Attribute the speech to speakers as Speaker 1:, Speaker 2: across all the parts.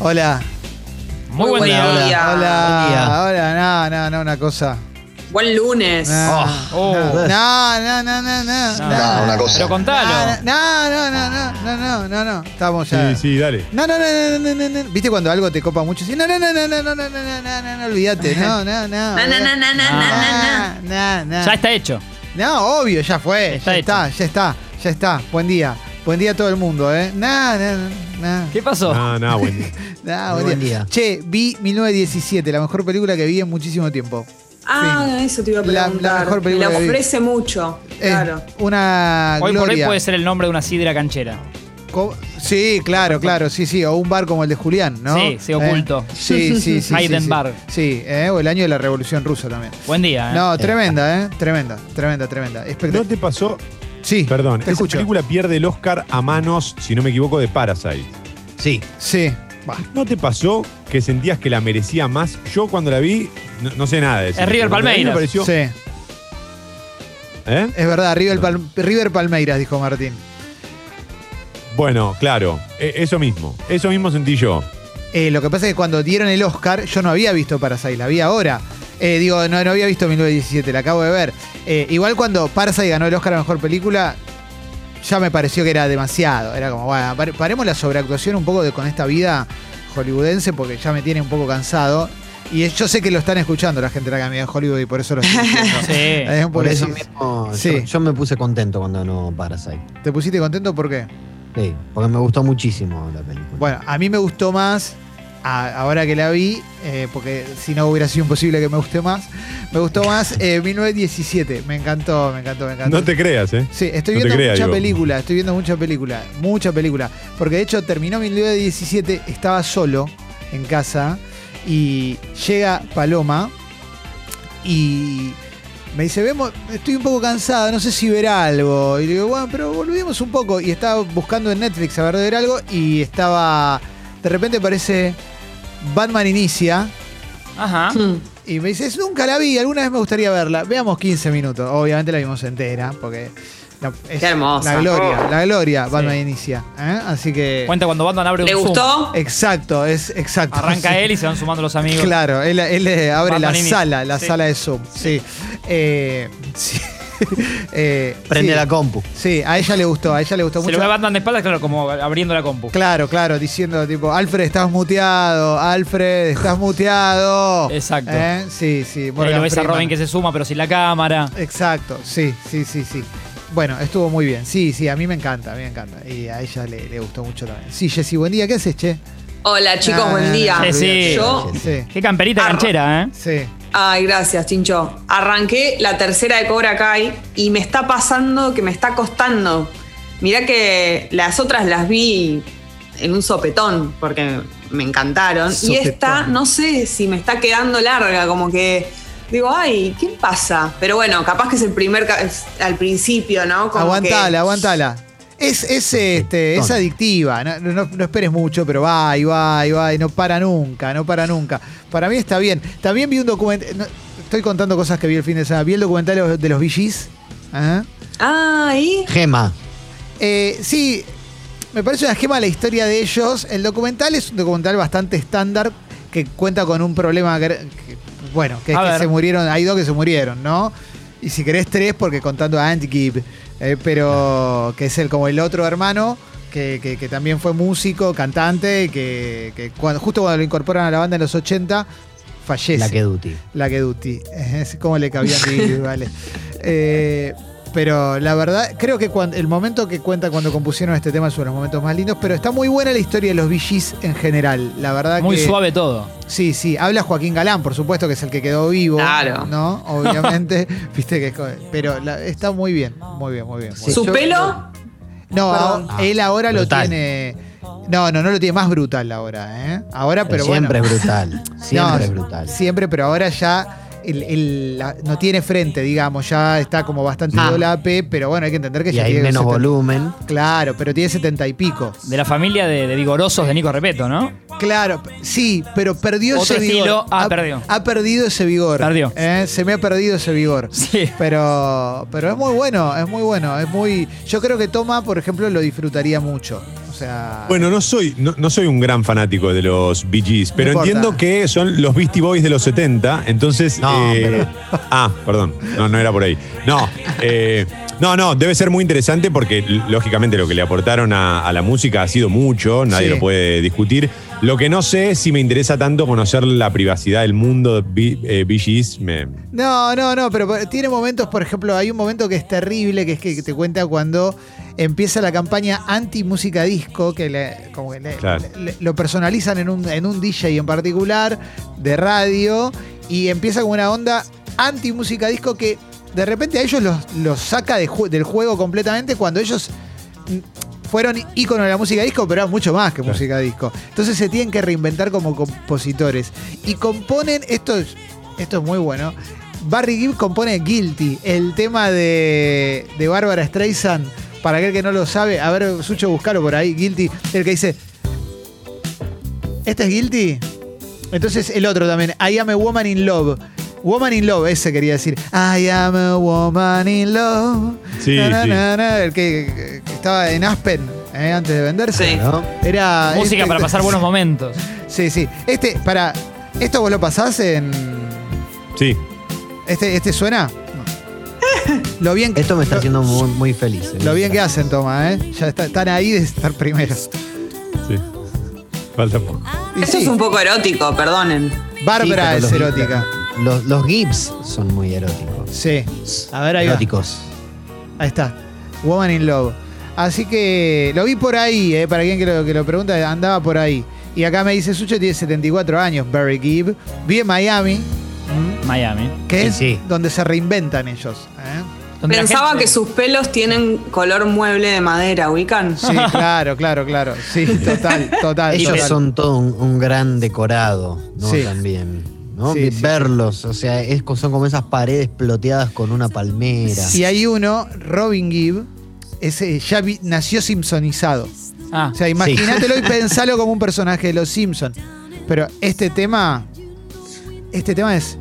Speaker 1: Hola.
Speaker 2: Muy buen
Speaker 1: hola,
Speaker 2: día.
Speaker 1: hola,
Speaker 3: día.
Speaker 1: Hola,
Speaker 4: Buen día.
Speaker 1: hola, no, no, no, una cosa.
Speaker 3: Buen lunes.
Speaker 1: No,
Speaker 2: Oh.
Speaker 1: no, no, no, no, no,
Speaker 2: No,
Speaker 1: no.
Speaker 5: No, una cosa.
Speaker 2: Pero
Speaker 1: Ah,
Speaker 2: contalo.
Speaker 1: No, no, no, no, no, no, no, no, estamos ya.
Speaker 6: Sí, sí, dale.
Speaker 1: No, no, no, no, no, no, no. ¿Viste cuando algo te copa mucho? Sí, no, no, no, no, no, no, no, no, no, no, no, no, olvídate. No, no, no.
Speaker 3: Na, na, na, na, na, na, na.
Speaker 1: Ah, na, na.
Speaker 2: Ya está hecho.
Speaker 1: No, obvio, ya fue.
Speaker 2: Está
Speaker 1: ya
Speaker 2: hecho.
Speaker 1: está, ya está, ya está. Buen día. Buen día a todo el mundo, ¿eh? No, no, no, no.
Speaker 2: ¿Qué pasó?
Speaker 5: Ah.
Speaker 6: No, no, buen día.
Speaker 1: No,
Speaker 4: Muy buen día.
Speaker 1: Che, vi 1917, la mejor película que vi en muchísimo tiempo.
Speaker 3: Ah, eso te iba a
Speaker 1: La- la
Speaker 3: preguntar.
Speaker 1: mejor película
Speaker 3: Le
Speaker 1: que vi. Eh.
Speaker 3: ofrece mucho.
Speaker 1: Es
Speaker 3: Claro.
Speaker 1: Una
Speaker 2: Hoy por hoy
Speaker 1: gloria.
Speaker 2: puede ser el nombre de una sidra canchera.
Speaker 1: Co- Sí, claro, claro, sí, sí. O un bar como el de Julián, ¿no?
Speaker 2: Sí, sí,
Speaker 1: ¿Eh?
Speaker 2: oculto.
Speaker 1: Sí, sí, sí, sí.
Speaker 2: Hayden
Speaker 1: sí.
Speaker 2: Bar.
Speaker 1: Sí, ¿eh? o el año de la Revolución Rusa también.
Speaker 2: Buen día, ¿eh?
Speaker 1: No, tremenda, ¿eh? Tremenda, tremenda, tremenda.
Speaker 6: ¿No
Speaker 1: Espectacular.
Speaker 6: te pasó?
Speaker 1: sí,
Speaker 6: Perdón,
Speaker 1: te
Speaker 6: esa
Speaker 1: escucho.
Speaker 6: película pierde el Oscar a manos, si no me equivoco, de Parasite.
Speaker 4: Sí.
Speaker 1: Sí. Bah,
Speaker 6: ¿No te pasó que sentías que la merecía más? Yo cuando la vi, no, no sé nada de eso.
Speaker 2: Es River
Speaker 6: Pero cuando la vi me
Speaker 2: Palmeiras.
Speaker 6: pareció-
Speaker 1: sí,
Speaker 6: ¿Eh?
Speaker 1: es verdad, River, Pal- River Palmeiras, dijo Martín.
Speaker 6: Bueno, claro, e- eso mismo. Eso mismo sentí yo.
Speaker 1: Eh, lo que pasa es que cuando dieron el Oscar, yo no había visto Parasite, la vi ahora. Eh, digo, no, no había visto 1917, la acabo de ver. Eh, igual cuando Parasite ganó el Oscar a Mejor Película, ya me pareció que era demasiado. Era como, bueno, pare- paremos la sobreactuación un poco de, con esta vida hollywoodense porque ya me tiene un poco cansado. Y es- yo sé que lo están escuchando la gente de la Academia de Hollywood y por eso lo estoy diciendo.
Speaker 2: Sí.
Speaker 1: Eh,
Speaker 4: Por
Speaker 1: porque
Speaker 4: eso
Speaker 1: sí,
Speaker 4: mismo
Speaker 1: Sí.
Speaker 4: yo, yo me puse contento cuando no Parasite.
Speaker 1: ¿Te pusiste contento por qué?
Speaker 4: Sí, porque me gustó muchísimo la película.
Speaker 1: Bueno, a mí me gustó más, a- ahora que la vi, eh, porque si no hubiera sido imposible que me guste más, me gustó más eh, 1917. Me encantó, me encantó, me encantó.
Speaker 6: No te creas, ¿eh?
Speaker 1: Sí, estoy
Speaker 6: no te
Speaker 1: viendo
Speaker 6: creas,
Speaker 1: mucha
Speaker 6: digo.
Speaker 1: película, estoy viendo mucha película, mucha película. Porque de hecho terminó 1917, estaba solo en casa y llega Paloma y me dice, vemos, estoy un poco cansada, no sé si ver algo. Y le digo, bueno, pero volvimos un poco. Y estaba buscando en Netflix a ver de ver algo y estaba, de repente aparece Batman Inicia.
Speaker 2: Ajá.
Speaker 3: Hmm.
Speaker 1: Y me dices, nunca la vi, alguna vez me gustaría verla. Veamos 15 minutos. Obviamente la vimos entera, porque no, es
Speaker 3: Qué hermosa.
Speaker 1: la gloria, la gloria,
Speaker 2: Oh. Sí.
Speaker 1: Batman inicia. ¿eh? Así que.
Speaker 2: Cuenta cuando Batman abre un
Speaker 3: ¿Le
Speaker 2: Zoom.
Speaker 3: gustó?
Speaker 1: Exacto, es exacto.
Speaker 2: Arranca
Speaker 1: Sí.
Speaker 2: él y se van sumando los amigos.
Speaker 1: Claro, él, él, eh, abre
Speaker 2: Batman
Speaker 1: la
Speaker 2: inicia.
Speaker 1: sala, la
Speaker 2: Sí.
Speaker 1: sala de Zoom. Sí. Eh, sí. Eh,
Speaker 4: Prende
Speaker 1: sí.
Speaker 4: la compu.
Speaker 1: Sí, a ella le gustó, a ella le gustó
Speaker 2: Se
Speaker 1: mucho.
Speaker 2: lo ve a Batman de espaldas, claro, como abriendo la compu.
Speaker 1: Claro, claro, diciendo tipo, Alfred, estás muteado, Alfred, estás muteado.
Speaker 2: Exacto.
Speaker 1: ¿Eh? Sí, sí.
Speaker 2: Y ahí
Speaker 1: Morgan
Speaker 2: lo ves a
Speaker 1: Freeman.
Speaker 2: Robin que se suma, pero sin la cámara.
Speaker 1: Exacto, sí, sí, sí, sí. Bueno, estuvo muy bien. Sí, sí, a mí me encanta, a mí me encanta. Y a ella le, le gustó mucho también. Sí, Jessy, buen día. ¿Qué haces, che?
Speaker 3: Hola chicos,
Speaker 1: Nah, nah,
Speaker 3: buen día.
Speaker 1: nah, nah,
Speaker 2: Sí,
Speaker 1: olvídate.
Speaker 2: sí.
Speaker 3: Yo,
Speaker 1: Ah, Sí,
Speaker 2: Qué camperita
Speaker 3: Arro.
Speaker 2: canchera, ¿eh?
Speaker 1: sí.
Speaker 3: ay, gracias, Chincho. Arranqué la tercera de Cobra Kai y me está pasando que me está costando. Mirá que las otras las vi en un sopetón porque me encantaron. Y
Speaker 1: Sopetón.
Speaker 3: esta, no sé si me está quedando larga, como que digo, ay, ¿qué pasa? Pero bueno, capaz que es el primer, ca- es al principio, ¿no? Como
Speaker 1: Aguantala,
Speaker 3: que-
Speaker 1: aguantala. Es, es, este, es
Speaker 4: Tonto.
Speaker 1: adictiva, no, no- no esperes mucho, pero va y va y va y no para nunca, no para nunca. Para mí está bien. También vi un documental, estoy contando cosas que vi el fin de semana, vi el documental de los- de los VGs. Ajá.
Speaker 3: Ah, ¿y?
Speaker 4: Gema.
Speaker 1: Eh, sí, me parece una gema la historia de ellos. El documental es un documental bastante estándar que cuenta con un problema. gr- que- bueno, que es
Speaker 2: A
Speaker 1: que
Speaker 2: ver.
Speaker 1: se murieron, hay dos que se murieron, ¿no? Y si querés tres, porque contando a Ant Gibb, eh, pero que es el como el otro hermano. Que, que- que también fue músico, cantante, que, que cuando, justo cuando lo incorporan a la banda en los 80, fallece.
Speaker 4: La que duty.
Speaker 1: La que Duty. Es como le cabían individuales. Eh, pero la verdad, creo que cuan- el momento que cuenta cuando compusieron este tema es uno de los momentos más lindos, pero está muy buena la historia de los VGs en general. La verdad
Speaker 2: Muy
Speaker 1: Ah, que.
Speaker 2: suave todo.
Speaker 1: Sí, sí. Habla Joaquín Galán, por supuesto, que es el que quedó vivo.
Speaker 3: Claro.
Speaker 1: ¿No? Obviamente. Viste que. es co- Pero la- está muy bien. Muy bien, muy bien. muy
Speaker 4: Sí.
Speaker 1: bien.
Speaker 3: ¿Su
Speaker 4: yo-
Speaker 3: pelo?
Speaker 1: No,
Speaker 3: Perdón.
Speaker 1: a- él ahora
Speaker 4: Brutal.
Speaker 1: lo tiene. No, no, no lo tiene más brutal ahora, ¿eh? Ahora, pero,
Speaker 4: Pero siempre
Speaker 1: bueno.
Speaker 4: es brutal. Siempre
Speaker 1: No,
Speaker 4: es brutal.
Speaker 1: Siempre, pero ahora ya el- el- la- no tiene frente, digamos, ya está como bastante
Speaker 4: Ah.
Speaker 1: dolape, pero bueno, hay que entender que
Speaker 4: Y
Speaker 1: ya
Speaker 4: hay
Speaker 1: tiene
Speaker 4: menos
Speaker 1: 70.
Speaker 4: volumen.
Speaker 1: Claro, pero tiene setenta y pico.
Speaker 2: De la familia de, de vigorosos de Nico Repeto, ¿no?
Speaker 1: Claro, p- sí, pero perdió
Speaker 2: Otro
Speaker 1: ese
Speaker 2: estilo.
Speaker 1: vigor.
Speaker 2: Ah, perdió.
Speaker 1: Ha perdido ese vigor.
Speaker 2: Perdió.
Speaker 1: Eh, Se me ha perdido ese vigor.
Speaker 2: Sí.
Speaker 1: Pero, pero es muy bueno, es muy bueno, es muy. Yo creo que Toma, por ejemplo, lo disfrutaría mucho. O sea.
Speaker 6: Ah, Bueno, no soy, no, no soy un gran fanático de los Bee Gees, pero
Speaker 1: importa.
Speaker 6: entiendo que son los Beastie Boys de los 70, entonces...
Speaker 4: No,
Speaker 6: eh, Ah, perdón, no, no era por ahí. No, eh, no, no, debe ser muy interesante porque l- lógicamente lo que le aportaron a, a la música ha sido mucho, nadie
Speaker 1: Sí.
Speaker 6: lo puede discutir. Lo que no sé es si me interesa tanto conocer la privacidad del mundo de Bee, eh, Bee Gees. me-
Speaker 1: No, no, no, pero por- tiene momentos, por ejemplo, hay un momento que es terrible, que es que te cuenta cuando empieza la campaña anti-música disco, que, le- como que le-
Speaker 6: Claro.
Speaker 1: le- lo personalizan en un, en un DJ en particular, de radio, y empieza con una onda anti-música disco que de repente a ellos los, los saca de ju- del juego completamente cuando ellos mm, fueron íconos de la música disco, pero era mucho más que
Speaker 6: Claro.
Speaker 1: música disco. Entonces se tienen que reinventar como compositores. Y componen, esto es, esto es muy bueno, Barry Gibb compone Guilty, el tema de, de Bárbara Streisand. Para aquel que no lo sabe, a ver, Sucho, buscalo por ahí, Guilty, el que dice, ¿este es Guilty? Entonces el otro también, I am a woman in love. Woman in love, ese quería decir. I am a woman in love.
Speaker 6: Sí,
Speaker 1: Na, na,
Speaker 6: sí.
Speaker 1: na, na, el que, que estaba en Aspen eh, antes de venderse.
Speaker 3: Sí.
Speaker 4: ¿no?
Speaker 1: Era.
Speaker 2: Música
Speaker 1: este-
Speaker 2: para pasar buenos momentos.
Speaker 1: Sí, sí. Este, para. ¿Esto vos lo pasás en.
Speaker 6: Sí,
Speaker 1: ¿Este, este suena? No. Lo bien que.
Speaker 4: Esto me está
Speaker 1: lo-
Speaker 4: haciendo muy, muy feliz. ¿eh?
Speaker 1: Lo bien que hacen, toma, ¿eh? Ya está- están ahí de estar primeros.
Speaker 6: sí. Falta poco.
Speaker 1: Y
Speaker 3: Esto
Speaker 1: sí,
Speaker 3: es un poco erótico, perdonen.
Speaker 4: Sí, pero
Speaker 1: Bárbara es
Speaker 4: los-
Speaker 1: erótica.
Speaker 4: Los, los Gibbs son muy eróticos.
Speaker 1: Sí. A ver, ahí va.
Speaker 4: Eróticos.
Speaker 1: Ahí está. Woman in Love. Así que lo vi por ahí, eh, para quien que lo, que lo pregunta, andaba por ahí. Y acá me dice Sucho, tiene 74 años, Barry Gibb. Vive en Miami, Mm.
Speaker 2: Miami.
Speaker 1: que
Speaker 4: Sí,
Speaker 1: es
Speaker 4: sí.
Speaker 1: donde se reinventan ellos. ¿eh?
Speaker 2: Donde la
Speaker 3: Pensaba
Speaker 2: gente-
Speaker 3: que sus pelos tienen color mueble de madera, ubican.
Speaker 1: Sí, claro, claro, claro. Sí, total, total.
Speaker 4: Ellos
Speaker 1: total.
Speaker 4: son todo un, un gran decorado, ¿no?
Speaker 1: Sí.
Speaker 4: También. ¿no?
Speaker 1: Sí, sí.
Speaker 4: Verlos, o sea, es, co- son como esas paredes ploteadas con una palmera.
Speaker 1: Y hay uno, Robin Gibb, ese ya vi- nació simpsonizado.
Speaker 2: Ah,
Speaker 1: O sea, imagínatelo y pensalo como un personaje de los Simpsons. Pero este tema. Este tema es.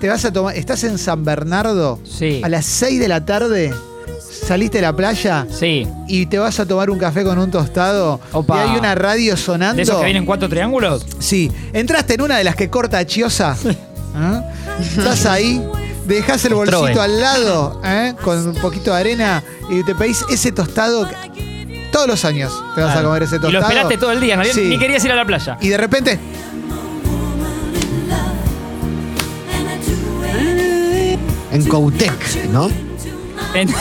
Speaker 1: Te vas a tomar. Estás en San Bernardo.
Speaker 2: sí.
Speaker 1: A las 6 de la tarde. Saliste a la playa.
Speaker 2: Sí.
Speaker 1: Y te vas a tomar un café con un tostado.
Speaker 2: Opa.
Speaker 1: Y hay una radio sonando.
Speaker 2: ¿De esos que vienen cuatro triángulos?
Speaker 1: Sí, entraste en una de las que corta a Chiosa. ¿Ah? Estás ahí, dejás el
Speaker 4: Otra vez.
Speaker 1: bolsito al lado, ¿eh? con un poquito de arena, y te pedís ese tostado. que- Todos los años te vas a
Speaker 2: Claro.
Speaker 1: comer ese tostado.
Speaker 2: Y lo esperaste todo el día, no,
Speaker 1: Sí.
Speaker 2: ni querías ir a la playa.
Speaker 1: Y de repente.
Speaker 4: En Coutec, ¿no?
Speaker 2: En-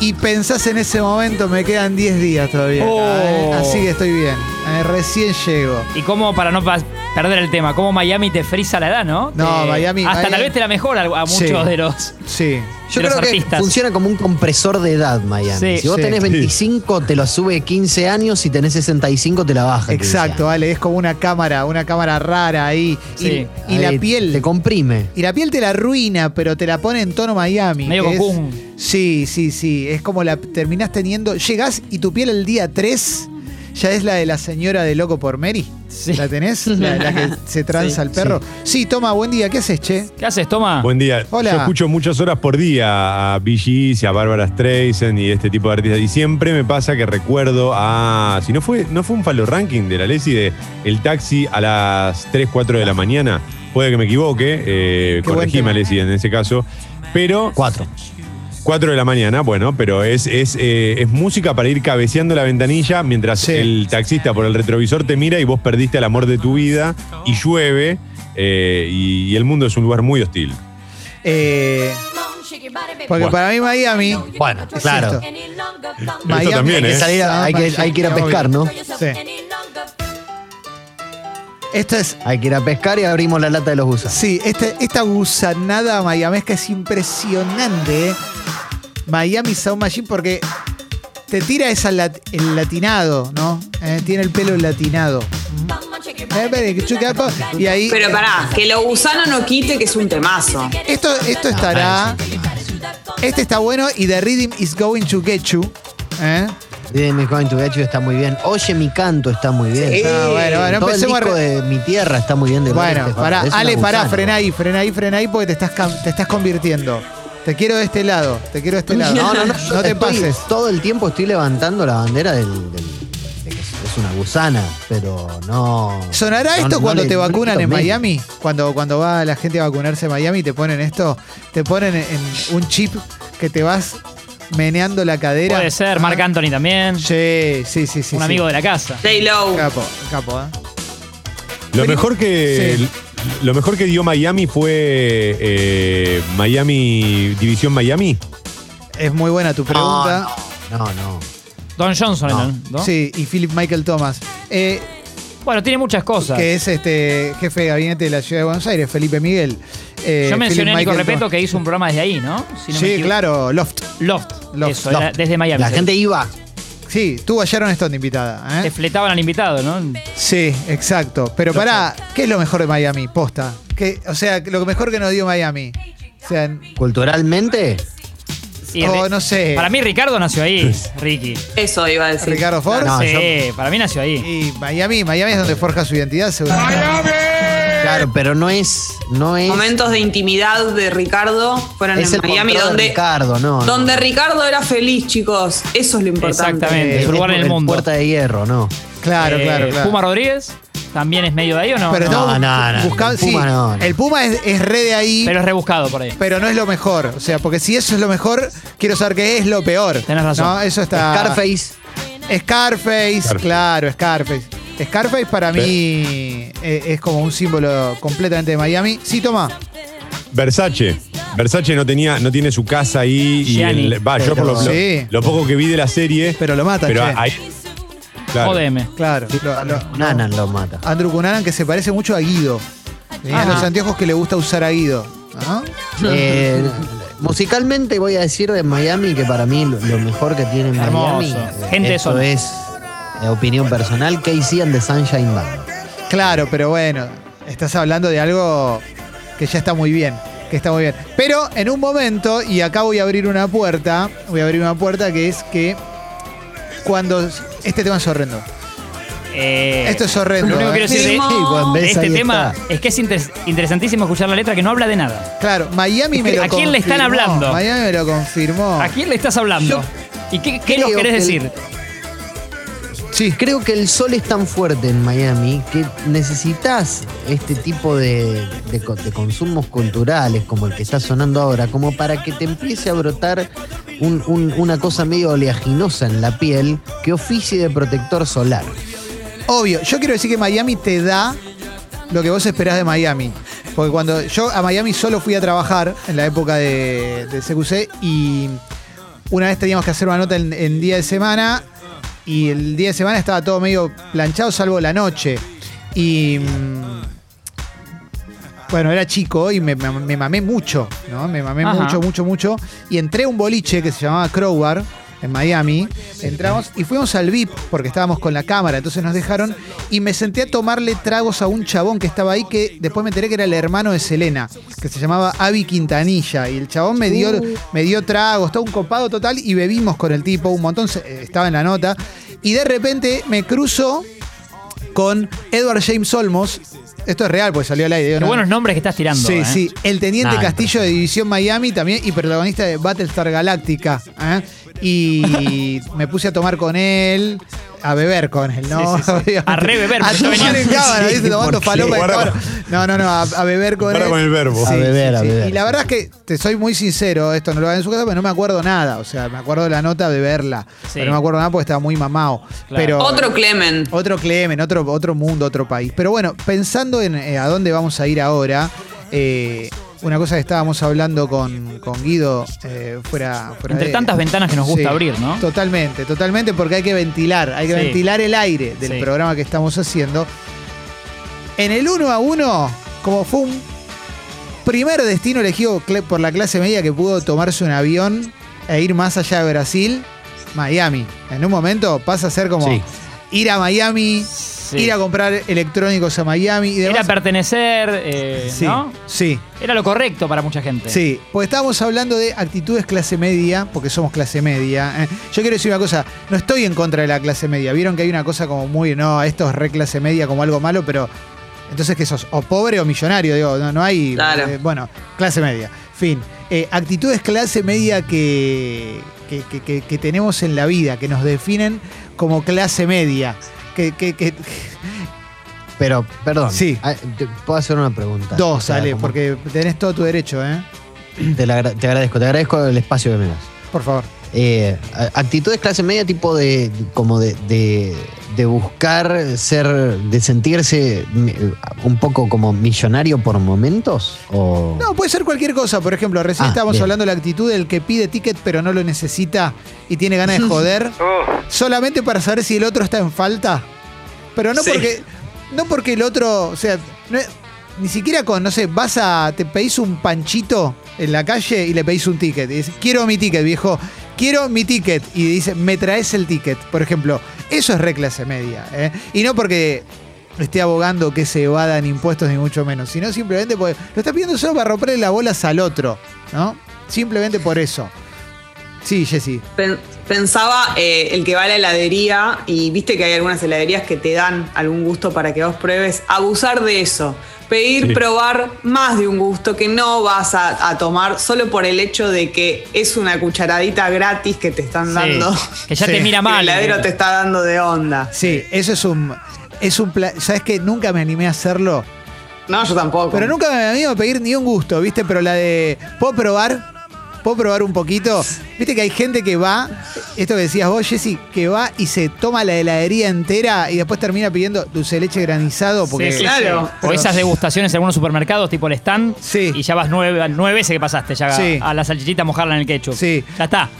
Speaker 1: Y, y pensás en ese momento, me quedan 10 días todavía. acá, ¿eh?
Speaker 2: Oh.
Speaker 1: Así que estoy bien. eh, recién llego.
Speaker 2: Y cómo, para no pas- perder el tema, cómo Miami te frisa la edad, ¿no?
Speaker 1: No,
Speaker 2: Te-
Speaker 1: Miami-
Speaker 2: Hasta tal
Speaker 1: Miami-
Speaker 2: vez te la mejora a a muchos
Speaker 1: Sí.
Speaker 2: de los.
Speaker 1: Sí.
Speaker 4: Yo
Speaker 2: de los
Speaker 4: creo que
Speaker 2: artistas.
Speaker 4: funciona como un compresor de edad, Miami.
Speaker 2: Sí,
Speaker 4: si vos
Speaker 1: sí.
Speaker 4: tenés 25, te lo sube 15 años. Si tenés 65, te la baja. 15
Speaker 1: Exacto,
Speaker 4: años.
Speaker 1: vale. Es como una cámara, una cámara rara ahí. Y-
Speaker 2: Sí.
Speaker 1: Y, la
Speaker 4: Ahí
Speaker 1: piel.
Speaker 4: Te comprime.
Speaker 1: Y la piel te la arruina, pero te la pone en tono Miami.
Speaker 2: Medio
Speaker 1: que es-
Speaker 2: cocún.
Speaker 1: Sí, sí, sí. Es como la terminás teniendo. Llegás y tu piel el día 3 ya es la de la señora de Loco por Mary.
Speaker 2: Sí.
Speaker 1: ¿La tenés? La, la que se tranza
Speaker 2: Sí,
Speaker 1: al perro. Sí. toma, buen día. ¿Qué haces, che?
Speaker 2: ¿Qué haces, Toma?
Speaker 6: Buen día.
Speaker 1: Hola.
Speaker 6: Yo escucho muchas horas por día a Bee Gees y a Bárbara Streisand y este tipo de artistas. Y siempre me pasa que recuerdo a. Si no fue, no fue un falo ranking de la Lesi de el taxi a las 3, 4 de la mañana. Puede que me equivoque. Eh,
Speaker 1: Qué buen tema.
Speaker 6: corregime, Lesi, en ese caso. Pero.
Speaker 4: Cuatro.
Speaker 6: 4 de la mañana, bueno, pero es, es, eh, es música para ir cabeceando la ventanilla mientras
Speaker 1: Sí.
Speaker 6: el taxista por el retrovisor te mira y vos perdiste el amor de tu vida y llueve eh, y, y el mundo es un lugar muy hostil.
Speaker 1: Eh, porque
Speaker 6: Bueno.
Speaker 1: para mí Miami...
Speaker 4: Bueno,
Speaker 1: ¿qué es
Speaker 4: claro.
Speaker 1: esto?
Speaker 6: Miami también,
Speaker 4: Hay que,
Speaker 6: ¿eh?
Speaker 4: salir a- hay, que, hay que ir a pescar, ¿no?
Speaker 1: Sí. Esto es...
Speaker 4: Hay que ir a pescar y abrimos la lata de los gusanos.
Speaker 1: Sí, este- esta gusanada mayamesca es impresionante. ¿eh? Miami Sound Machine porque te tira esa lat- el latinado, ¿no? Eh, tiene el pelo latinado. Eh, Y ahí...
Speaker 3: Pero pará,
Speaker 4: eh,
Speaker 3: que lo gusano no quite, que es un temazo.
Speaker 1: Esto, esto estará. Este está bueno y The Rhythm is Going to Get You. ¿eh?
Speaker 4: Bien, mi going to get you está muy bien. Oye, mi canto está muy bien.
Speaker 3: Sí.
Speaker 1: No, Ah, bueno, bueno,
Speaker 4: Todo el
Speaker 1: empecemos a
Speaker 4: disco
Speaker 1: re-
Speaker 4: de mi tierra está muy bien. De
Speaker 1: Bueno,
Speaker 4: Borges,
Speaker 1: pará,
Speaker 4: parece una
Speaker 1: Ale, pará,
Speaker 4: gusana.
Speaker 1: frena ahí, frena ahí, frena ahí porque te estás, cam- te estás convirtiendo. Te quiero de este lado, te quiero de este lado.
Speaker 4: No, no, no. yo
Speaker 1: te
Speaker 4: estoy-
Speaker 1: pases.
Speaker 4: Todo el tiempo estoy levantando la bandera del, del- de es una gusana, pero no.
Speaker 1: ¿Sonará
Speaker 4: no-
Speaker 1: esto
Speaker 4: no
Speaker 1: cuando
Speaker 4: le-
Speaker 1: te
Speaker 4: no le
Speaker 1: vacunan
Speaker 4: quito
Speaker 1: en
Speaker 4: menos.
Speaker 1: Miami? Cuando, cuando va la gente a vacunarse en Miami, te ponen esto, te ponen en un chip que te vas meneando la cadera. Ah,
Speaker 2: Puede ser, Marc Anthony también.
Speaker 1: Sí, sí, sí, sí.
Speaker 2: un
Speaker 1: sí.
Speaker 2: amigo de la casa.
Speaker 3: J-Lo.
Speaker 1: Capo, capo, ¿eh?
Speaker 6: Lo mejor que.
Speaker 1: Sí.
Speaker 6: Lo mejor que dio Miami fue eh, Miami, División Miami.
Speaker 1: Es muy buena tu
Speaker 4: No,
Speaker 1: pregunta.
Speaker 4: Ah, No, no.
Speaker 2: Don Johnson,
Speaker 4: No.
Speaker 2: ¿no? ¿no?
Speaker 1: Sí, y Philip Michael Thomas. Eh,
Speaker 2: Bueno, tiene muchas cosas.
Speaker 1: que es este jefe de gabinete de la ciudad de Buenos Aires, Felipe Miguel. Eh,
Speaker 2: Yo mencioné a
Speaker 1: Philip
Speaker 2: Nico
Speaker 1: Michael
Speaker 2: Repeto
Speaker 1: Thomas.
Speaker 2: que hizo un programa desde ahí, ¿no? Si no
Speaker 1: Sí,
Speaker 2: me equivoco.
Speaker 1: claro, Loft.
Speaker 2: Loft.
Speaker 1: Loft,
Speaker 2: Eso,
Speaker 4: Loft.
Speaker 2: era desde Miami.
Speaker 4: La
Speaker 2: Se-
Speaker 4: gente iba.
Speaker 1: Sí, tuvo a Sharon Stone de invitada.
Speaker 2: Te
Speaker 1: ¿eh?
Speaker 2: fletaban al invitado, ¿no?
Speaker 1: Sí, exacto. Pero pará, ¿qué es lo mejor de Miami? Posta. ¿Qué- o sea, lo mejor que nos dio Miami. O sea,
Speaker 4: Culturalmente,
Speaker 2: Y
Speaker 1: Oh,
Speaker 2: Ri-
Speaker 1: no sé.
Speaker 2: Para mí Ricardo nació ahí, Ricky.
Speaker 3: Eso iba a decir.
Speaker 1: Ricardo Ford.
Speaker 4: No,
Speaker 2: sí, para mí nació ahí.
Speaker 1: Y Miami, Miami es donde forja su identidad, seguro.
Speaker 4: claro, pero no es. No es.
Speaker 3: Momentos de intimidad de Ricardo fueron
Speaker 4: es
Speaker 3: en Miami
Speaker 4: control de
Speaker 3: donde,
Speaker 4: Ricardo, no. no.
Speaker 3: donde Ricardo era feliz, chicos. Eso es lo importante.
Speaker 2: Exactamente,
Speaker 4: Es
Speaker 2: su lugar en el mundo.
Speaker 4: Puerta de hierro, no.
Speaker 1: Claro,
Speaker 2: Eh,
Speaker 1: claro, claro.
Speaker 2: Puma Rodríguez también es medio de ahí o no.
Speaker 1: pero
Speaker 2: No.
Speaker 1: estamos
Speaker 4: no, no,
Speaker 1: buscando-
Speaker 4: el Puma
Speaker 1: sí,
Speaker 4: no, no.
Speaker 1: El Puma es, es re de ahí,
Speaker 2: Pero es rebuscado por ahí.
Speaker 1: pero no es lo mejor. O sea, porque si eso es lo mejor, quiero saber qué es lo peor.
Speaker 2: Tenés razón.
Speaker 1: No, eso está.
Speaker 4: Scarface.
Speaker 1: Scarface,
Speaker 6: Scarface.
Speaker 1: claro, Scarface. Scarface para mí eh, es como un símbolo completamente de Miami. Sí, toma.
Speaker 6: Versace. Versace no tenía, no tiene su casa ahí y
Speaker 2: Gianni.
Speaker 6: el- va, yo por lo,
Speaker 1: Pero-
Speaker 6: lo-
Speaker 1: Sí.
Speaker 6: lo poco que vi de la serie.
Speaker 1: Pero lo matan,
Speaker 6: Pero
Speaker 1: che.
Speaker 6: ahí. Claro.
Speaker 2: Jodeme.
Speaker 1: Claro. lo- lo-
Speaker 4: Nanan lo mata.
Speaker 1: Andrew Cunanan que se parece mucho a Guido. Tenía
Speaker 2: Ajá.
Speaker 1: los anteojos que le gusta usar a Guido. ¿Ah?
Speaker 4: Eh, musicalmente voy a decir de Miami que para mí lo, lo mejor que tiene
Speaker 2: Hermoso.
Speaker 4: Miami.
Speaker 2: Gente de
Speaker 4: eso
Speaker 2: zona.
Speaker 4: es eh, opinión personal. KC and the Sunshine Band.
Speaker 1: Claro, pero bueno, estás hablando de algo que ya está muy bien. Que está muy bien. Pero en un momento, y acá voy a abrir una puerta, voy a abrir una puerta que es que cuando. Este tema es horrendo.
Speaker 2: Eh,
Speaker 1: Esto es horrendo.
Speaker 2: Lo único que
Speaker 1: ¿eh?
Speaker 2: quiero decir de,
Speaker 3: Mismo.
Speaker 4: Sí, cuando
Speaker 2: de
Speaker 4: ves
Speaker 2: este
Speaker 4: ahí
Speaker 2: tema
Speaker 4: está.
Speaker 2: es que es inter- interesantísimo escuchar la letra que no habla de nada.
Speaker 1: Claro, Miami me lo
Speaker 2: ¿A quién le están
Speaker 1: confirmó.
Speaker 2: hablando?
Speaker 1: Miami me lo confirmó.
Speaker 2: ¿A quién le estás hablando? ¿Y qué, qué nos
Speaker 4: creo
Speaker 2: querés
Speaker 4: que-
Speaker 2: decir?
Speaker 1: Sí,
Speaker 4: Creo que el sol es tan fuerte en Miami que necesitas este tipo de, de co- de consumos culturales como el que está sonando ahora, como para que te empiece a brotar un- un- una cosa medio oleaginosa en la piel que oficie de protector solar.
Speaker 1: obvio. Yo quiero decir que Miami te da lo que vos esperás de Miami. Porque cuando yo a Miami solo fui a trabajar en la época de, de CQC y una vez teníamos que hacer una nota en, en día de semana y el día de semana estaba todo medio planchado salvo la noche. Y mm, bueno, era chico y me, me- me mamé mucho, ¿no? Me mamé
Speaker 2: Ajá.
Speaker 1: mucho, mucho, mucho. Y entré a un boliche que se llamaba Crowbar en Miami. Entramos y fuimos al VIP porque estábamos con la cámara, entonces nos dejaron y me senté a tomarle tragos a un chabón que estaba ahí que después me enteré que era el hermano de Selena, que se llamaba Avi Quintanilla y el chabón me dio
Speaker 2: Uh.
Speaker 1: me dio tragos, todo un copado total y bebimos con el tipo un montón, se- eh, estaba en la nota y de repente me cruzo con Edward James Olmos. Esto es real, porque salió al aire. digo,
Speaker 2: Qué
Speaker 1: no-
Speaker 2: buenos nombres que estás tirando.
Speaker 1: Sí,
Speaker 2: eh.
Speaker 1: sí. El Teniente
Speaker 4: Nah,
Speaker 1: Castillo de División Miami también y protagonista de Battlestar Galáctica. ¿eh? Y me puse a tomar con él, a beber con él, ¿no?
Speaker 2: Sí, sí, sí.
Speaker 1: Obviamente.
Speaker 2: A rebeber,
Speaker 1: A
Speaker 2: porque yo
Speaker 1: tomar
Speaker 2: venía-
Speaker 1: en cámara, ¿viste?
Speaker 4: Sí,
Speaker 1: Tomando
Speaker 4: porque-
Speaker 1: falopa en
Speaker 6: Guarda
Speaker 1: cámara. No, no, no, a, a beber con
Speaker 6: Para
Speaker 1: él.
Speaker 6: con el verbo.
Speaker 4: A beber, a beber.
Speaker 1: Y la verdad es que te soy muy sincero, esto no lo hagan en su casa, pero no me acuerdo nada. O sea, me acuerdo de la nota de verla.
Speaker 2: Sí.
Speaker 1: Pero no me acuerdo nada porque estaba muy mamado.
Speaker 2: Claro.
Speaker 1: Pero,
Speaker 3: Otro Clemen.
Speaker 1: otro Clemen, otro, otro mundo, otro país. Pero bueno, pensando en eh, a dónde vamos a ir ahora, eh, una cosa que estábamos hablando con, con Guido eh, fuera, fuera
Speaker 2: Entre
Speaker 1: de-
Speaker 2: tantas ventanas que nos gusta
Speaker 1: Sí,
Speaker 2: abrir, ¿no?
Speaker 1: Totalmente, totalmente, porque hay que ventilar, hay que
Speaker 2: Sí.
Speaker 1: ventilar el aire del
Speaker 2: Sí.
Speaker 1: programa que estamos haciendo. En el 1 a 1, como fue un primer destino elegido cle- por la clase media que pudo tomarse un avión e ir más allá de Brasil, Miami. En un momento pasa a ser como
Speaker 4: Sí.
Speaker 1: ir a Miami,
Speaker 2: Sí.
Speaker 1: ir a comprar electrónicos a Miami y demás.
Speaker 2: Era pertenecer, eh,
Speaker 1: sí,
Speaker 2: ¿no?
Speaker 1: sí,
Speaker 2: Era lo correcto para mucha gente.
Speaker 1: sí. Porque estábamos hablando de actitudes clase media, porque somos clase media. eh. Yo quiero decir una cosa, no estoy en contra de la clase media. Vieron que hay una cosa como muy, no, esto es re clase media como algo malo, pero entonces que sos o pobre o millonario, digo, no, no hay...
Speaker 3: Claro.
Speaker 1: eh, bueno, clase media. Fin. Eh, actitudes clase media que, que- que- que- que tenemos en la vida, que nos definen como clase media. que, que- que-
Speaker 4: Pero, perdón.
Speaker 1: Sí.
Speaker 4: ah, te- Puedo hacer una pregunta. O
Speaker 1: dos,
Speaker 4: sea,
Speaker 1: Ale,
Speaker 4: como-
Speaker 1: porque tenés todo tu derecho, ¿eh?
Speaker 4: Te, la agra- te agradezco, te agradezco el espacio que me das.
Speaker 1: Por favor.
Speaker 4: Eh, a- actitudes clase media tipo de como de, de- de buscar ser de sentirse mi- un poco como millonario por momentos o
Speaker 1: No, puede ser cualquier cosa. Por ejemplo, recién
Speaker 4: Ah,
Speaker 1: estábamos
Speaker 4: bien.
Speaker 1: hablando de la actitud del que pide ticket pero no lo necesita y tiene ganas de joder solamente para saber si el otro está en falta. Pero no
Speaker 3: Sí.
Speaker 1: porque no porque el otro, o sea, no es- ni siquiera con, no sé, vas a te pedís un panchito en la calle y le pedís un ticket y dices, "Quiero mi ticket, viejo." Quiero mi ticket y dice, "Me traes el ticket." Por ejemplo, eso es re clase media, ¿eh? Y no porque esté abogando que se evadan impuestos ni mucho menos, sino simplemente porque lo está pidiendo solo para romperle las bolas al otro, ¿no? Simplemente por eso. Sí, Jessy.
Speaker 3: Pen- Pensaba eh, el que va a la heladería y viste que hay algunas heladerías que te dan algún gusto para que vos pruebes, abusar de eso, pedir
Speaker 6: Sí.
Speaker 3: probar más de un gusto que no vas a, a tomar solo por el hecho de que es una cucharadita gratis que te están dando.
Speaker 2: Sí, que ya
Speaker 1: Sí.
Speaker 2: te mira
Speaker 3: Que
Speaker 2: mal. eh.
Speaker 3: El heladero te está dando de onda.
Speaker 1: Sí, eso es un. Es un pla- ¿Sabes que Nunca me animé a hacerlo.
Speaker 3: No, yo tampoco.
Speaker 1: Pero nunca me animé a pedir ni un gusto, ¿viste? Pero la de. ¿Puedo probar? ¿Puedo probar un poquito? Viste que hay gente que va, esto que decías vos, Jessy, que va y se toma la heladería entera y después termina pidiendo dulce de leche granizado porque.
Speaker 2: Sí, sí,
Speaker 3: Claro.
Speaker 2: O esas degustaciones en algunos supermercados, tipo el stand.
Speaker 1: Sí.
Speaker 2: Y ya vas nueve, nueve veces que pasaste ya
Speaker 1: Sí.
Speaker 2: a la salchichita a mojarla en el ketchup.
Speaker 1: Sí.
Speaker 2: Ya está.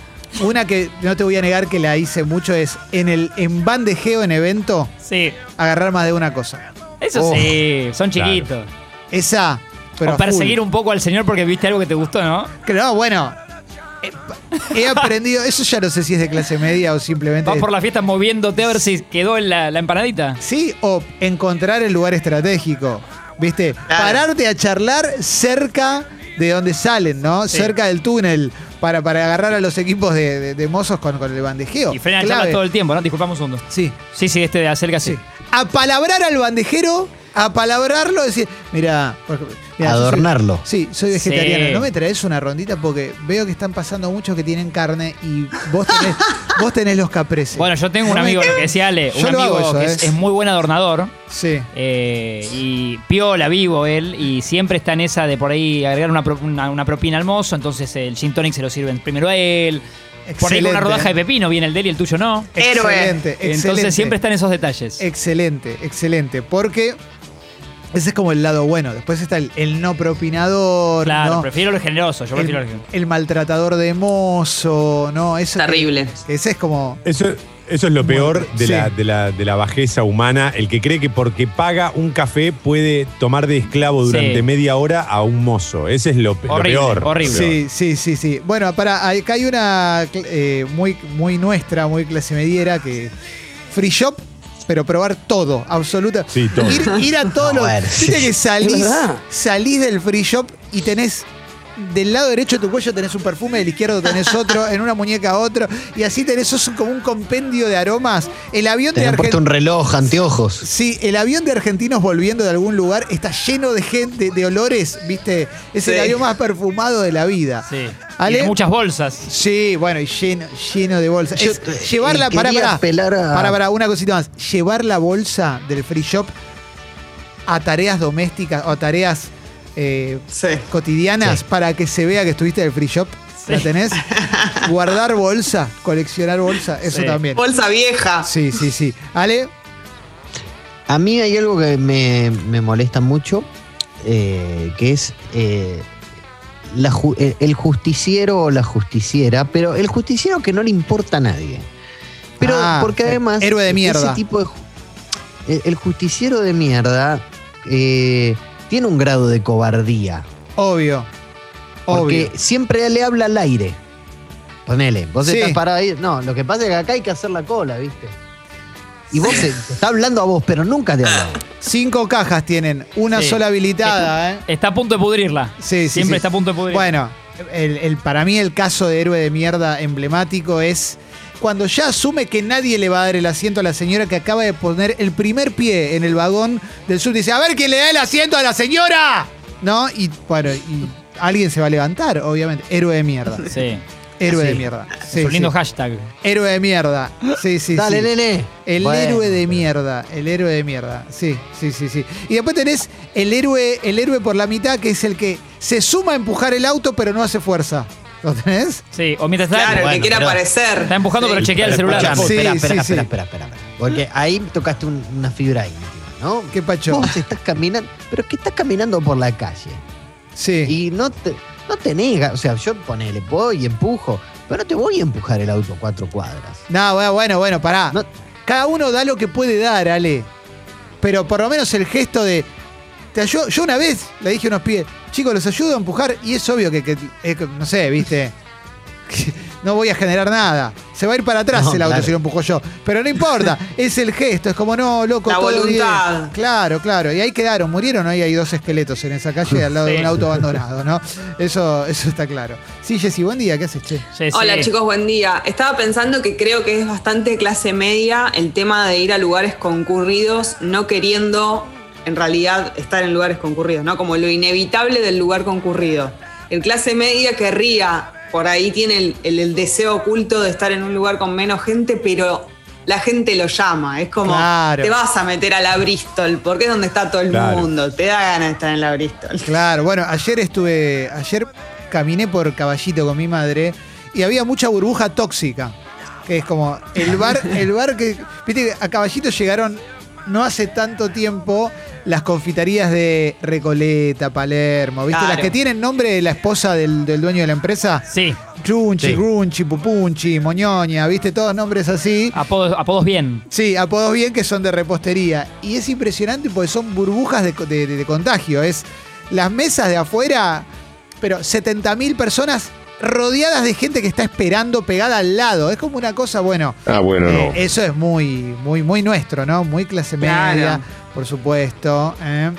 Speaker 1: Una que no te voy a negar que la hice mucho es en el en bandejeo en evento,
Speaker 2: Sí.
Speaker 1: agarrar más de una cosa.
Speaker 2: Eso
Speaker 4: Oh.
Speaker 2: sí, son
Speaker 6: Claro.
Speaker 2: chiquitos.
Speaker 1: Esa, pero.
Speaker 2: o perseguir un poco al señor porque viste algo que te gustó, ¿no?
Speaker 1: Claro, bueno. eh, he- He aprendido, eso ya no sé si es de clase media o simplemente.
Speaker 2: Vas por la fiesta moviéndote a ver si quedó en la, la empanadita.
Speaker 1: Sí, o encontrar el lugar estratégico. ¿Viste? Pararte a charlar cerca de donde salen, ¿no?
Speaker 2: Sí.
Speaker 1: Cerca del túnel para, para agarrar a los equipos de, de- de mozos con, con el bandejeo.
Speaker 2: Y frena
Speaker 1: Clave.
Speaker 2: charlas todo el tiempo, ¿no? Disculpamos un segundo.
Speaker 1: Sí,
Speaker 2: Sí, sí, este de acerca sí.
Speaker 1: sí. Apalabrar al bandejero, apalabrarlo, decir, mira,
Speaker 4: adornarlo.
Speaker 1: Sí, soy vegetariano.
Speaker 2: Sí.
Speaker 1: ¿No me traes una rondita? Porque veo que están pasando muchos que tienen carne y vos tenés, vos tenés los capreses.
Speaker 2: Bueno, yo tengo un
Speaker 1: No me-
Speaker 2: amigo, lo que decía Ale,
Speaker 1: Yo
Speaker 2: un
Speaker 1: lo
Speaker 2: amigo
Speaker 1: hago eso,
Speaker 2: que
Speaker 1: ¿eh?
Speaker 2: es, es muy buen adornador
Speaker 1: Sí.
Speaker 2: eh, y piola, vivo él, y siempre está en esa de por ahí agregar una, pro- una- una propina al mozo, entonces el gin tonic se lo sirven primero a él, por ahí con
Speaker 1: Excelente. ¿eh?
Speaker 2: una rodaja de pepino viene el de él y el tuyo no.
Speaker 3: Héroe.
Speaker 1: Excelente, excelente.
Speaker 2: Entonces siempre están esos detalles.
Speaker 1: Excelente, excelente. Porque ese es como el lado bueno. Después está el, el no propinador.
Speaker 2: claro,
Speaker 1: ¿no?
Speaker 2: prefiero lo generoso, yo prefiero lo
Speaker 1: el,
Speaker 2: generoso.
Speaker 1: el maltratador de mozo, ¿no? Eso que-
Speaker 3: Terrible.
Speaker 1: ese es como.
Speaker 6: Eso, eso es lo peor de,
Speaker 1: Sí.
Speaker 6: la, de, la, de la bajeza humana, el que cree que porque paga un café puede tomar de esclavo durante
Speaker 2: Sí.
Speaker 6: media hora a un mozo. Ese es lo, pe- lo
Speaker 2: Horrible,
Speaker 6: peor.
Speaker 2: horrible.
Speaker 1: Sí, sí, sí, sí. Bueno, para acá hay una cl- eh, muy, muy nuestra, muy clase mediera que free shop, pero probar todo, absoluta.
Speaker 6: Sí, todo.
Speaker 1: Ir, ir a todos
Speaker 4: No,
Speaker 1: los.
Speaker 4: a ver,
Speaker 1: Viste
Speaker 4: sí.
Speaker 1: que
Speaker 4: Es
Speaker 1: salís,
Speaker 4: verdad.
Speaker 1: salís del free shop y tenés del lado derecho de tu cuello tenés un perfume, del izquierdo tenés otro, en una muñeca otro, y así tenés sos como un compendio de aromas. El avión de
Speaker 4: Tener
Speaker 1: Argentina.
Speaker 4: puesto un reloj, anteojos.
Speaker 1: Sí, el avión de argentinos volviendo de algún lugar está lleno de gente, de olores, ¿viste? Es el
Speaker 3: Sí.
Speaker 1: avión más perfumado de la vida.
Speaker 2: Sí.
Speaker 1: Ale.
Speaker 2: Y de muchas bolsas.
Speaker 1: Sí, bueno, y lleno, lleno de bolsas.
Speaker 4: Yo,
Speaker 1: Es
Speaker 4: eh,
Speaker 1: llevarla, para,
Speaker 4: quería
Speaker 1: para,
Speaker 4: apelar a-
Speaker 1: para, una cosita más. Llevar la bolsa del free shop a tareas domésticas o a tareas eh,
Speaker 3: Sí.
Speaker 1: cotidianas para que se vea que estuviste del free shop. ¿La tenés? Guardar bolsa, coleccionar bolsa, eso
Speaker 2: Sí.
Speaker 1: también.
Speaker 3: Bolsa vieja.
Speaker 1: Sí, sí, sí. Ale,
Speaker 4: A mí hay algo que me, me molesta mucho, eh, que es eh, la ju- eh, el justiciero o la justiciera, pero el justiciero que no le importa a nadie. Pero
Speaker 1: Ah,
Speaker 4: porque
Speaker 1: eh,
Speaker 4: además...
Speaker 1: héroe de mierda.
Speaker 4: Ese tipo de, ju- el, el justiciero de mierda eh, tiene un grado de cobardía.
Speaker 1: obvio. Obvio.
Speaker 4: Porque siempre le habla al aire. Ponele, vos
Speaker 1: Sí.
Speaker 4: estás parado ahí. No, lo que pasa es que acá hay que hacer la cola, ¿viste? Y vos te, te está hablando a vos, pero nunca te habla a vos.
Speaker 1: Cinco cajas tienen, una
Speaker 2: Sí.
Speaker 1: sola habilitada, ¿eh?
Speaker 2: Está a punto de pudrirla.
Speaker 1: Sí, sí,
Speaker 2: Siempre
Speaker 1: sí.
Speaker 2: está a punto de pudrirla.
Speaker 1: Bueno, el, el- para mí el caso de héroe de mierda emblemático es cuando ya asume que nadie le va a dar el asiento a la señora que acaba de poner el primer pie en el vagón del sur. Dice, a ver quién le da el asiento a la señora. ¿No? Y bueno, y alguien se va a levantar, obviamente. Héroe de mierda.
Speaker 2: Sí.
Speaker 1: Héroe
Speaker 4: Sí.
Speaker 1: de mierda. Sí,
Speaker 2: es un lindo
Speaker 1: sí.
Speaker 2: hashtag.
Speaker 1: Héroe de mierda. Sí, sí,
Speaker 4: Dale,
Speaker 1: sí.
Speaker 4: nene.
Speaker 1: El
Speaker 4: Bueno,
Speaker 1: héroe de
Speaker 4: pero-
Speaker 1: mierda, el héroe de mierda. Sí, sí, sí, sí. Y después tenés el héroe, el héroe por la mitad, que es el que se suma a empujar el auto, pero no hace fuerza. ¿Lo tenés?
Speaker 2: Sí, o mientras está.
Speaker 3: Claro, el que
Speaker 2: bueno,
Speaker 3: quiera
Speaker 2: pero-
Speaker 3: aparecer.
Speaker 2: Está empujando, pero chequea el
Speaker 4: Pero
Speaker 2: celular.
Speaker 4: escuchame,
Speaker 1: Sí,
Speaker 4: espera,
Speaker 1: sí,
Speaker 4: espera,
Speaker 1: sí.
Speaker 4: espera, espera, espera, espera. Porque ahí tocaste un- una fibra íntima, ¿no?
Speaker 1: ¿Qué pacho?
Speaker 4: Vos estás caminando, pero es que estás caminando por la calle.
Speaker 1: Sí.
Speaker 4: Y no te, no tenés, ga- o sea, yo ponele, voy y empujo, pero no te voy a empujar el auto cuatro cuadras.
Speaker 1: No, bueno, bueno, bueno, pará.
Speaker 4: No-
Speaker 1: Cada uno da lo que puede dar, Ale. Pero por lo menos el gesto de. Te ayudo. Yo una vez le dije a unos pies, chicos, los ayudo a empujar, y es obvio que, que- es que- no sé, viste. No voy a generar nada. Se va a ir para atrás
Speaker 4: No,
Speaker 1: el auto
Speaker 4: claro.
Speaker 1: si lo empujo yo. Pero no importa. es el gesto. Es como, no, loco.
Speaker 3: La
Speaker 1: todo bien".
Speaker 3: voluntad.
Speaker 1: Claro, claro. Y ahí quedaron, murieron. Ahí hay dos esqueletos en esa calle al lado de
Speaker 2: Sí.
Speaker 1: un auto abandonado, ¿no? Eso, eso está claro. Sí, Jessy, buen día. ¿Qué haces, che?
Speaker 2: Sí, sí.
Speaker 3: Hola chicos, buen día. Estaba pensando que creo que es bastante clase media el tema de ir a lugares concurridos, no queriendo en realidad estar en lugares concurridos, ¿no? Como lo inevitable del lugar concurrido. El clase media querría, por ahí tiene el, el- el deseo oculto de estar en un lugar con menos gente, pero la gente lo llama. Es como,
Speaker 1: Claro.
Speaker 3: te vas a meter a la Bristol, porque es donde está todo el
Speaker 6: Claro.
Speaker 3: mundo. Te da ganas de estar en la Bristol.
Speaker 1: Claro, bueno, ayer estuve, ayer caminé por caballito con mi madre y había mucha burbuja tóxica, que es como el bar, el bar que, viste, que a caballito llegaron no hace tanto tiempo las confitarías de Recoleta, Palermo, viste,
Speaker 3: Claro.
Speaker 1: las que tienen nombre de la esposa del, del dueño de la empresa.
Speaker 2: Sí,
Speaker 1: Chunchi,
Speaker 6: Sí.
Speaker 1: Grunchi, Pupunchi, Moñoña, viste, todos nombres así.
Speaker 2: apodos, apodos bien.
Speaker 1: Sí, apodos bien que son de repostería. Y es impresionante porque son burbujas de, co- de- de- de contagio. Es las mesas de afuera, pero 70.000 personas rodeadas de gente que está esperando pegada al lado. Es como una cosa, bueno,
Speaker 5: Ah, bueno,
Speaker 1: eh,
Speaker 5: no.
Speaker 1: eso es muy, muy, muy nuestro, ¿no? Muy clase media,
Speaker 3: Claro.
Speaker 1: por supuesto. ¿eh?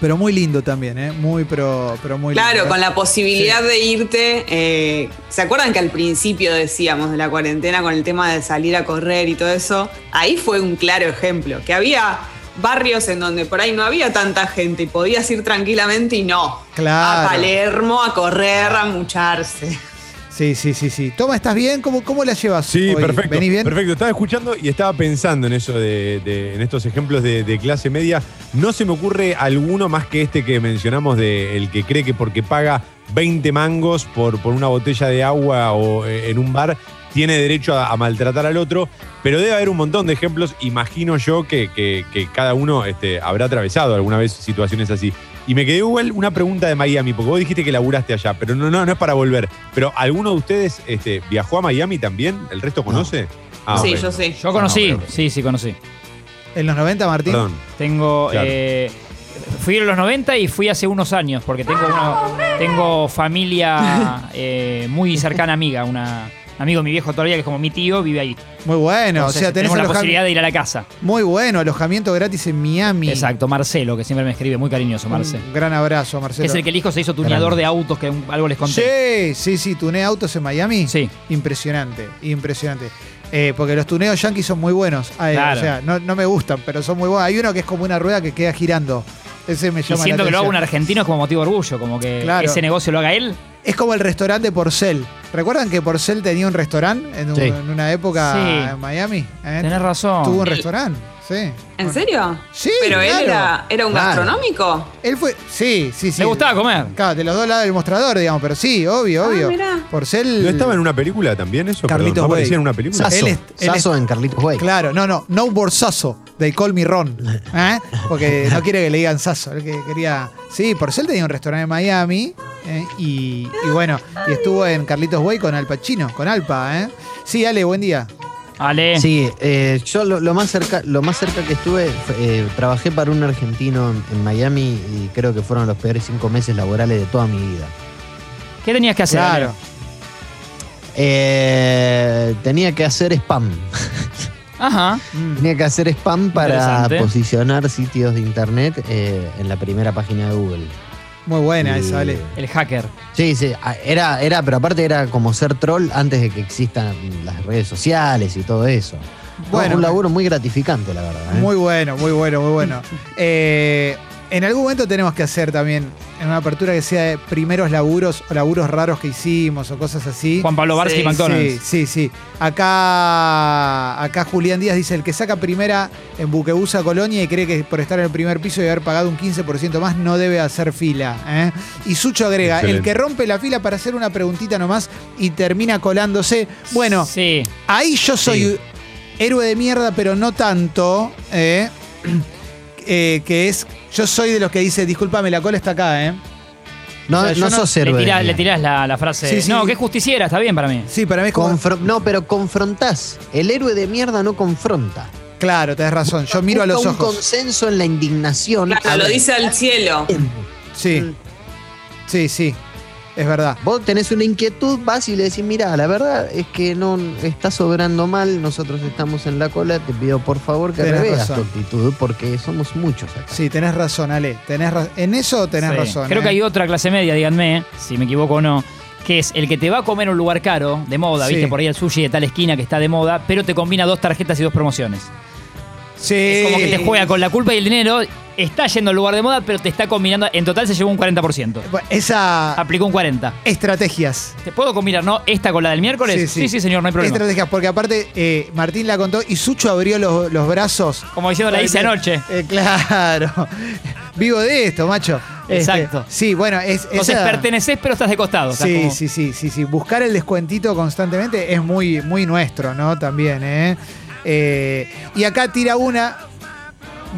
Speaker 1: Pero muy lindo también, ¿eh? Muy, pero, pero muy lindo. ¿eh?
Speaker 3: Claro, con la posibilidad de irte. eh, ¿Se acuerdan que al principio decíamos de la cuarentena con el tema de salir a correr y todo eso? Ahí fue un claro ejemplo, que había barrios en donde por ahí no había tanta gente y podías ir tranquilamente y no.
Speaker 1: Claro.
Speaker 3: A Palermo a correr, a mucharse.
Speaker 1: Sí, sí, sí, sí. Toma, ¿estás bien? ¿Cómo, cómo la llevas?
Speaker 6: Sí,
Speaker 1: hoy?
Speaker 6: perfecto.
Speaker 1: ¿Venís bien?
Speaker 6: Perfecto. Estaba escuchando y estaba pensando en eso de, de- en estos ejemplos de, de clase media. No se me ocurre alguno más que este que mencionamos de el que cree que porque paga 20 mangos por, por una botella de agua o eh, en un bar tiene derecho a, a maltratar al otro, pero debe haber un montón de ejemplos, imagino yo, que, que- que cada uno este, habrá atravesado alguna vez situaciones así. Y me quedé igual una pregunta de Miami, porque vos dijiste que laburaste allá, pero no, no, no es para volver. Pero ¿alguno de ustedes este, viajó a Miami también? ¿El resto conoce? Ah,
Speaker 3: sí,
Speaker 6: ok.
Speaker 3: yo sí.
Speaker 2: Yo conocí,
Speaker 6: Ah, bueno.
Speaker 2: sí, sí, conocí.
Speaker 1: ¿En los 90, Martín?
Speaker 6: Perdón.
Speaker 2: Tengo.
Speaker 6: Claro.
Speaker 2: eh, fui en los 90 y fui hace unos años, porque tengo una- tengo familia eh, muy cercana amiga, una. Un amigo de mi viejo todavía, que es como mi tío, vive ahí.
Speaker 1: Muy bueno, o
Speaker 2: Entonces,
Speaker 1: sea, tenés
Speaker 2: tenemos la
Speaker 1: alojam-
Speaker 2: posibilidad de ir a la casa.
Speaker 1: Muy bueno, alojamiento gratis en Miami.
Speaker 2: Exacto, Marcelo, que siempre me escribe, muy cariñoso, Marce.
Speaker 1: Un gran abrazo,
Speaker 2: Que
Speaker 1: Marcelo.
Speaker 2: es el que el hijo se hizo tuneador de autos, que un- algo les conté.
Speaker 1: Sí, sí, sí, tuné autos en Miami.
Speaker 2: Sí.
Speaker 1: Impresionante, impresionante. Eh, porque los tuneos yankees son muy buenos. Ah, eh,
Speaker 2: Claro.
Speaker 1: O sea, no, no me gustan, pero son muy buenos. Hay uno que es como una rueda que queda girando. Ese me
Speaker 2: Y
Speaker 1: llama la
Speaker 2: siento que lo haga un
Speaker 1: atención.
Speaker 2: argentino es como motivo de orgullo, como que
Speaker 1: Claro.
Speaker 2: ese negocio lo haga él.
Speaker 1: Es como el restaurante Porcel. ¿Recuerdan que Porcel tenía un restaurante en, un-
Speaker 4: Sí.
Speaker 1: en una época
Speaker 2: Sí.
Speaker 1: en Miami? ¿Eh?
Speaker 2: Tenés razón.
Speaker 1: Tuvo un
Speaker 3: El-
Speaker 1: restaurante, sí.
Speaker 3: ¿En serio?
Speaker 1: Sí,
Speaker 3: Pero él
Speaker 1: claro.
Speaker 3: era, era un
Speaker 4: Claro.
Speaker 3: gastronómico.
Speaker 1: Él fue. Sí, sí, sí.
Speaker 2: Le gustaba comer.
Speaker 1: Claro, de los dos lados del mostrador, digamos, pero sí, obvio,
Speaker 3: Ah,
Speaker 1: obvio.
Speaker 3: mirá.
Speaker 1: Porcel.
Speaker 6: ¿No estaba en una película también eso?
Speaker 1: Carlitos
Speaker 6: Perdón, ¿No
Speaker 1: Way.
Speaker 6: aparecía en una película?
Speaker 1: Sas-
Speaker 4: Sasso,
Speaker 1: Él es- él
Speaker 4: Sasso en Carlitos Way.
Speaker 1: Claro, no, no, no Borsazo, de Call Me Ron. ¿eh? Porque no quiere que le digan Sasso, él que quería. Sí, Porcel tenía un restaurante en Miami ¿eh? y, y bueno, y estuvo en Carlitos Way con Al Pacino, con Alpa, ¿eh? Sí, Ale, buen día.
Speaker 2: Ale.
Speaker 4: Sí, eh, yo lo, lo más cerca, lo más cerca que estuve, fue, eh, trabajé para un argentino en, en Miami y creo que fueron los peores cinco meses laborales de toda mi vida.
Speaker 2: ¿Qué tenías que hacer?
Speaker 1: Claro.
Speaker 4: Eh, tenía que hacer spam.
Speaker 2: Ale? Ajá.
Speaker 1: Mm. Hmm.
Speaker 4: Tenía que hacer spam para
Speaker 2: Interesante.
Speaker 4: posicionar sitios de internet eh, en la primera página de Google.
Speaker 1: Muy buena
Speaker 4: Y-
Speaker 1: esa, Ale.
Speaker 2: El hacker.
Speaker 4: Sí, sí, a- era, era, pero aparte era como ser troll antes de que existan las redes sociales y todo eso. Bueno,
Speaker 1: Bueno.
Speaker 4: un laburo muy gratificante, la verdad. ¿eh?
Speaker 1: Muy bueno, muy bueno, muy bueno. Eh, En algún momento tenemos que hacer también en una apertura que sea de primeros laburos o laburos raros que hicimos o cosas así.
Speaker 2: Juan Pablo Varsky
Speaker 3: Sí,
Speaker 2: McDonald's.
Speaker 1: Sí, sí, sí. Acá, acá Julián Díaz dice, el que saca primera en Buquebusa Colonia y cree que por estar en el primer piso y haber pagado un 15% más no debe hacer fila. ¿eh? Y Sucho agrega, el
Speaker 6: Excelente.
Speaker 1: que rompe la fila para hacer una preguntita nomás y termina colándose. Bueno,
Speaker 2: Sí.
Speaker 1: ahí yo soy
Speaker 2: Sí.
Speaker 1: héroe de mierda, pero no tanto, ¿eh? Eh, que es, yo soy de los que dice, discúlpame, la cola está acá, ¿eh?
Speaker 4: No,
Speaker 1: O sea, yo
Speaker 4: no
Speaker 1: no-
Speaker 4: sos
Speaker 2: Le
Speaker 4: héroe.
Speaker 2: tirás, le tirás la, la frase.
Speaker 1: Sí, sí.
Speaker 2: No, que es justiciera, está bien para mí.
Speaker 1: Sí, para mí es como...
Speaker 4: Confro- no, pero confrontás. El héroe de mierda no confronta.
Speaker 1: claro, tenés razón, yo miro a los
Speaker 4: Busca un
Speaker 1: ojos.
Speaker 4: consenso en la indignación. A
Speaker 3: Claro, lo
Speaker 4: ver,
Speaker 3: dice al cielo.
Speaker 1: Sí,
Speaker 3: Mm.
Speaker 1: sí, sí, es verdad.
Speaker 4: Vos tenés una inquietud, vas y le decís, mira, la verdad es que no está sobrando mal, nosotros estamos en la cola, te pido por favor que
Speaker 1: Tenés
Speaker 4: reveas tu
Speaker 1: razón.
Speaker 4: actitud, porque somos muchos acá.
Speaker 1: Sí, tenés razón, Ale. Tenés ra- en eso tenés
Speaker 2: Sí.
Speaker 1: razón.
Speaker 2: Creo
Speaker 1: ¿eh?
Speaker 2: que hay otra clase media, díganme, eh, si me equivoco o no, que es el que te va a comer en un lugar caro, de moda,
Speaker 1: Sí.
Speaker 2: viste por ahí el sushi de tal esquina que está de moda, pero te combina dos tarjetas y dos promociones.
Speaker 1: Sí.
Speaker 2: Es como que
Speaker 1: Eh.
Speaker 2: te juega con la culpa y el dinero, está yendo al lugar de moda, pero te está combinando, en total se llevó un 40%.
Speaker 1: Bueno, Esa.
Speaker 2: Aplicó un 40.
Speaker 1: Estrategias.
Speaker 2: ¿Te puedo combinar, no? ¿Esta con la del miércoles?
Speaker 1: Sí,
Speaker 2: Sí,
Speaker 1: sí. Este
Speaker 2: sí, señor, no hay problema.
Speaker 1: Estrategias, porque aparte eh, Martín la contó y Sucho abrió los, los brazos.
Speaker 2: Como diciendo, la hice anoche.
Speaker 1: Eh, claro. Vivo de esto, macho. Este,
Speaker 2: Exacto.
Speaker 1: sí, bueno, es.
Speaker 2: Entonces
Speaker 1: esa-
Speaker 2: perteneces, pero estás de costado. o sea,
Speaker 1: Sí,
Speaker 2: como-
Speaker 1: sí, sí, sí, sí. Buscar el descuentito constantemente es muy, muy nuestro, ¿no? También, ¿eh? Eh, Y acá tira una.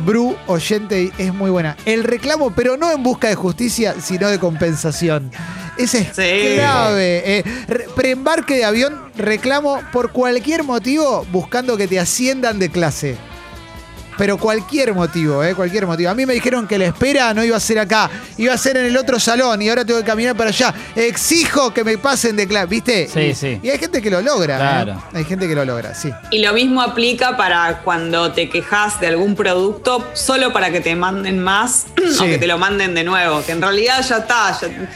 Speaker 1: Bru, oyente, es muy buena. El reclamo, pero no en busca de justicia, sino de compensación. Ese es
Speaker 3: Sí.
Speaker 1: clave. eh. Re- preembarque de avión, reclamo por cualquier motivo, buscando que te asciendan de clase. Pero cualquier motivo, ¿eh? Cualquier motivo. A mí me dijeron que la espera no iba a ser acá, iba a ser en el otro salón y ahora tengo que caminar para allá. Exijo que me pasen de clase, ¿viste?
Speaker 2: Sí,
Speaker 1: Y-
Speaker 2: sí.
Speaker 1: Y hay gente que lo logra. ¿eh?
Speaker 2: Claro.
Speaker 1: Hay gente que lo logra, sí.
Speaker 3: Y lo mismo aplica para cuando te quejas de algún producto solo para que te manden más
Speaker 1: Sí.
Speaker 3: o que te lo manden de nuevo, que en realidad ya está. ya-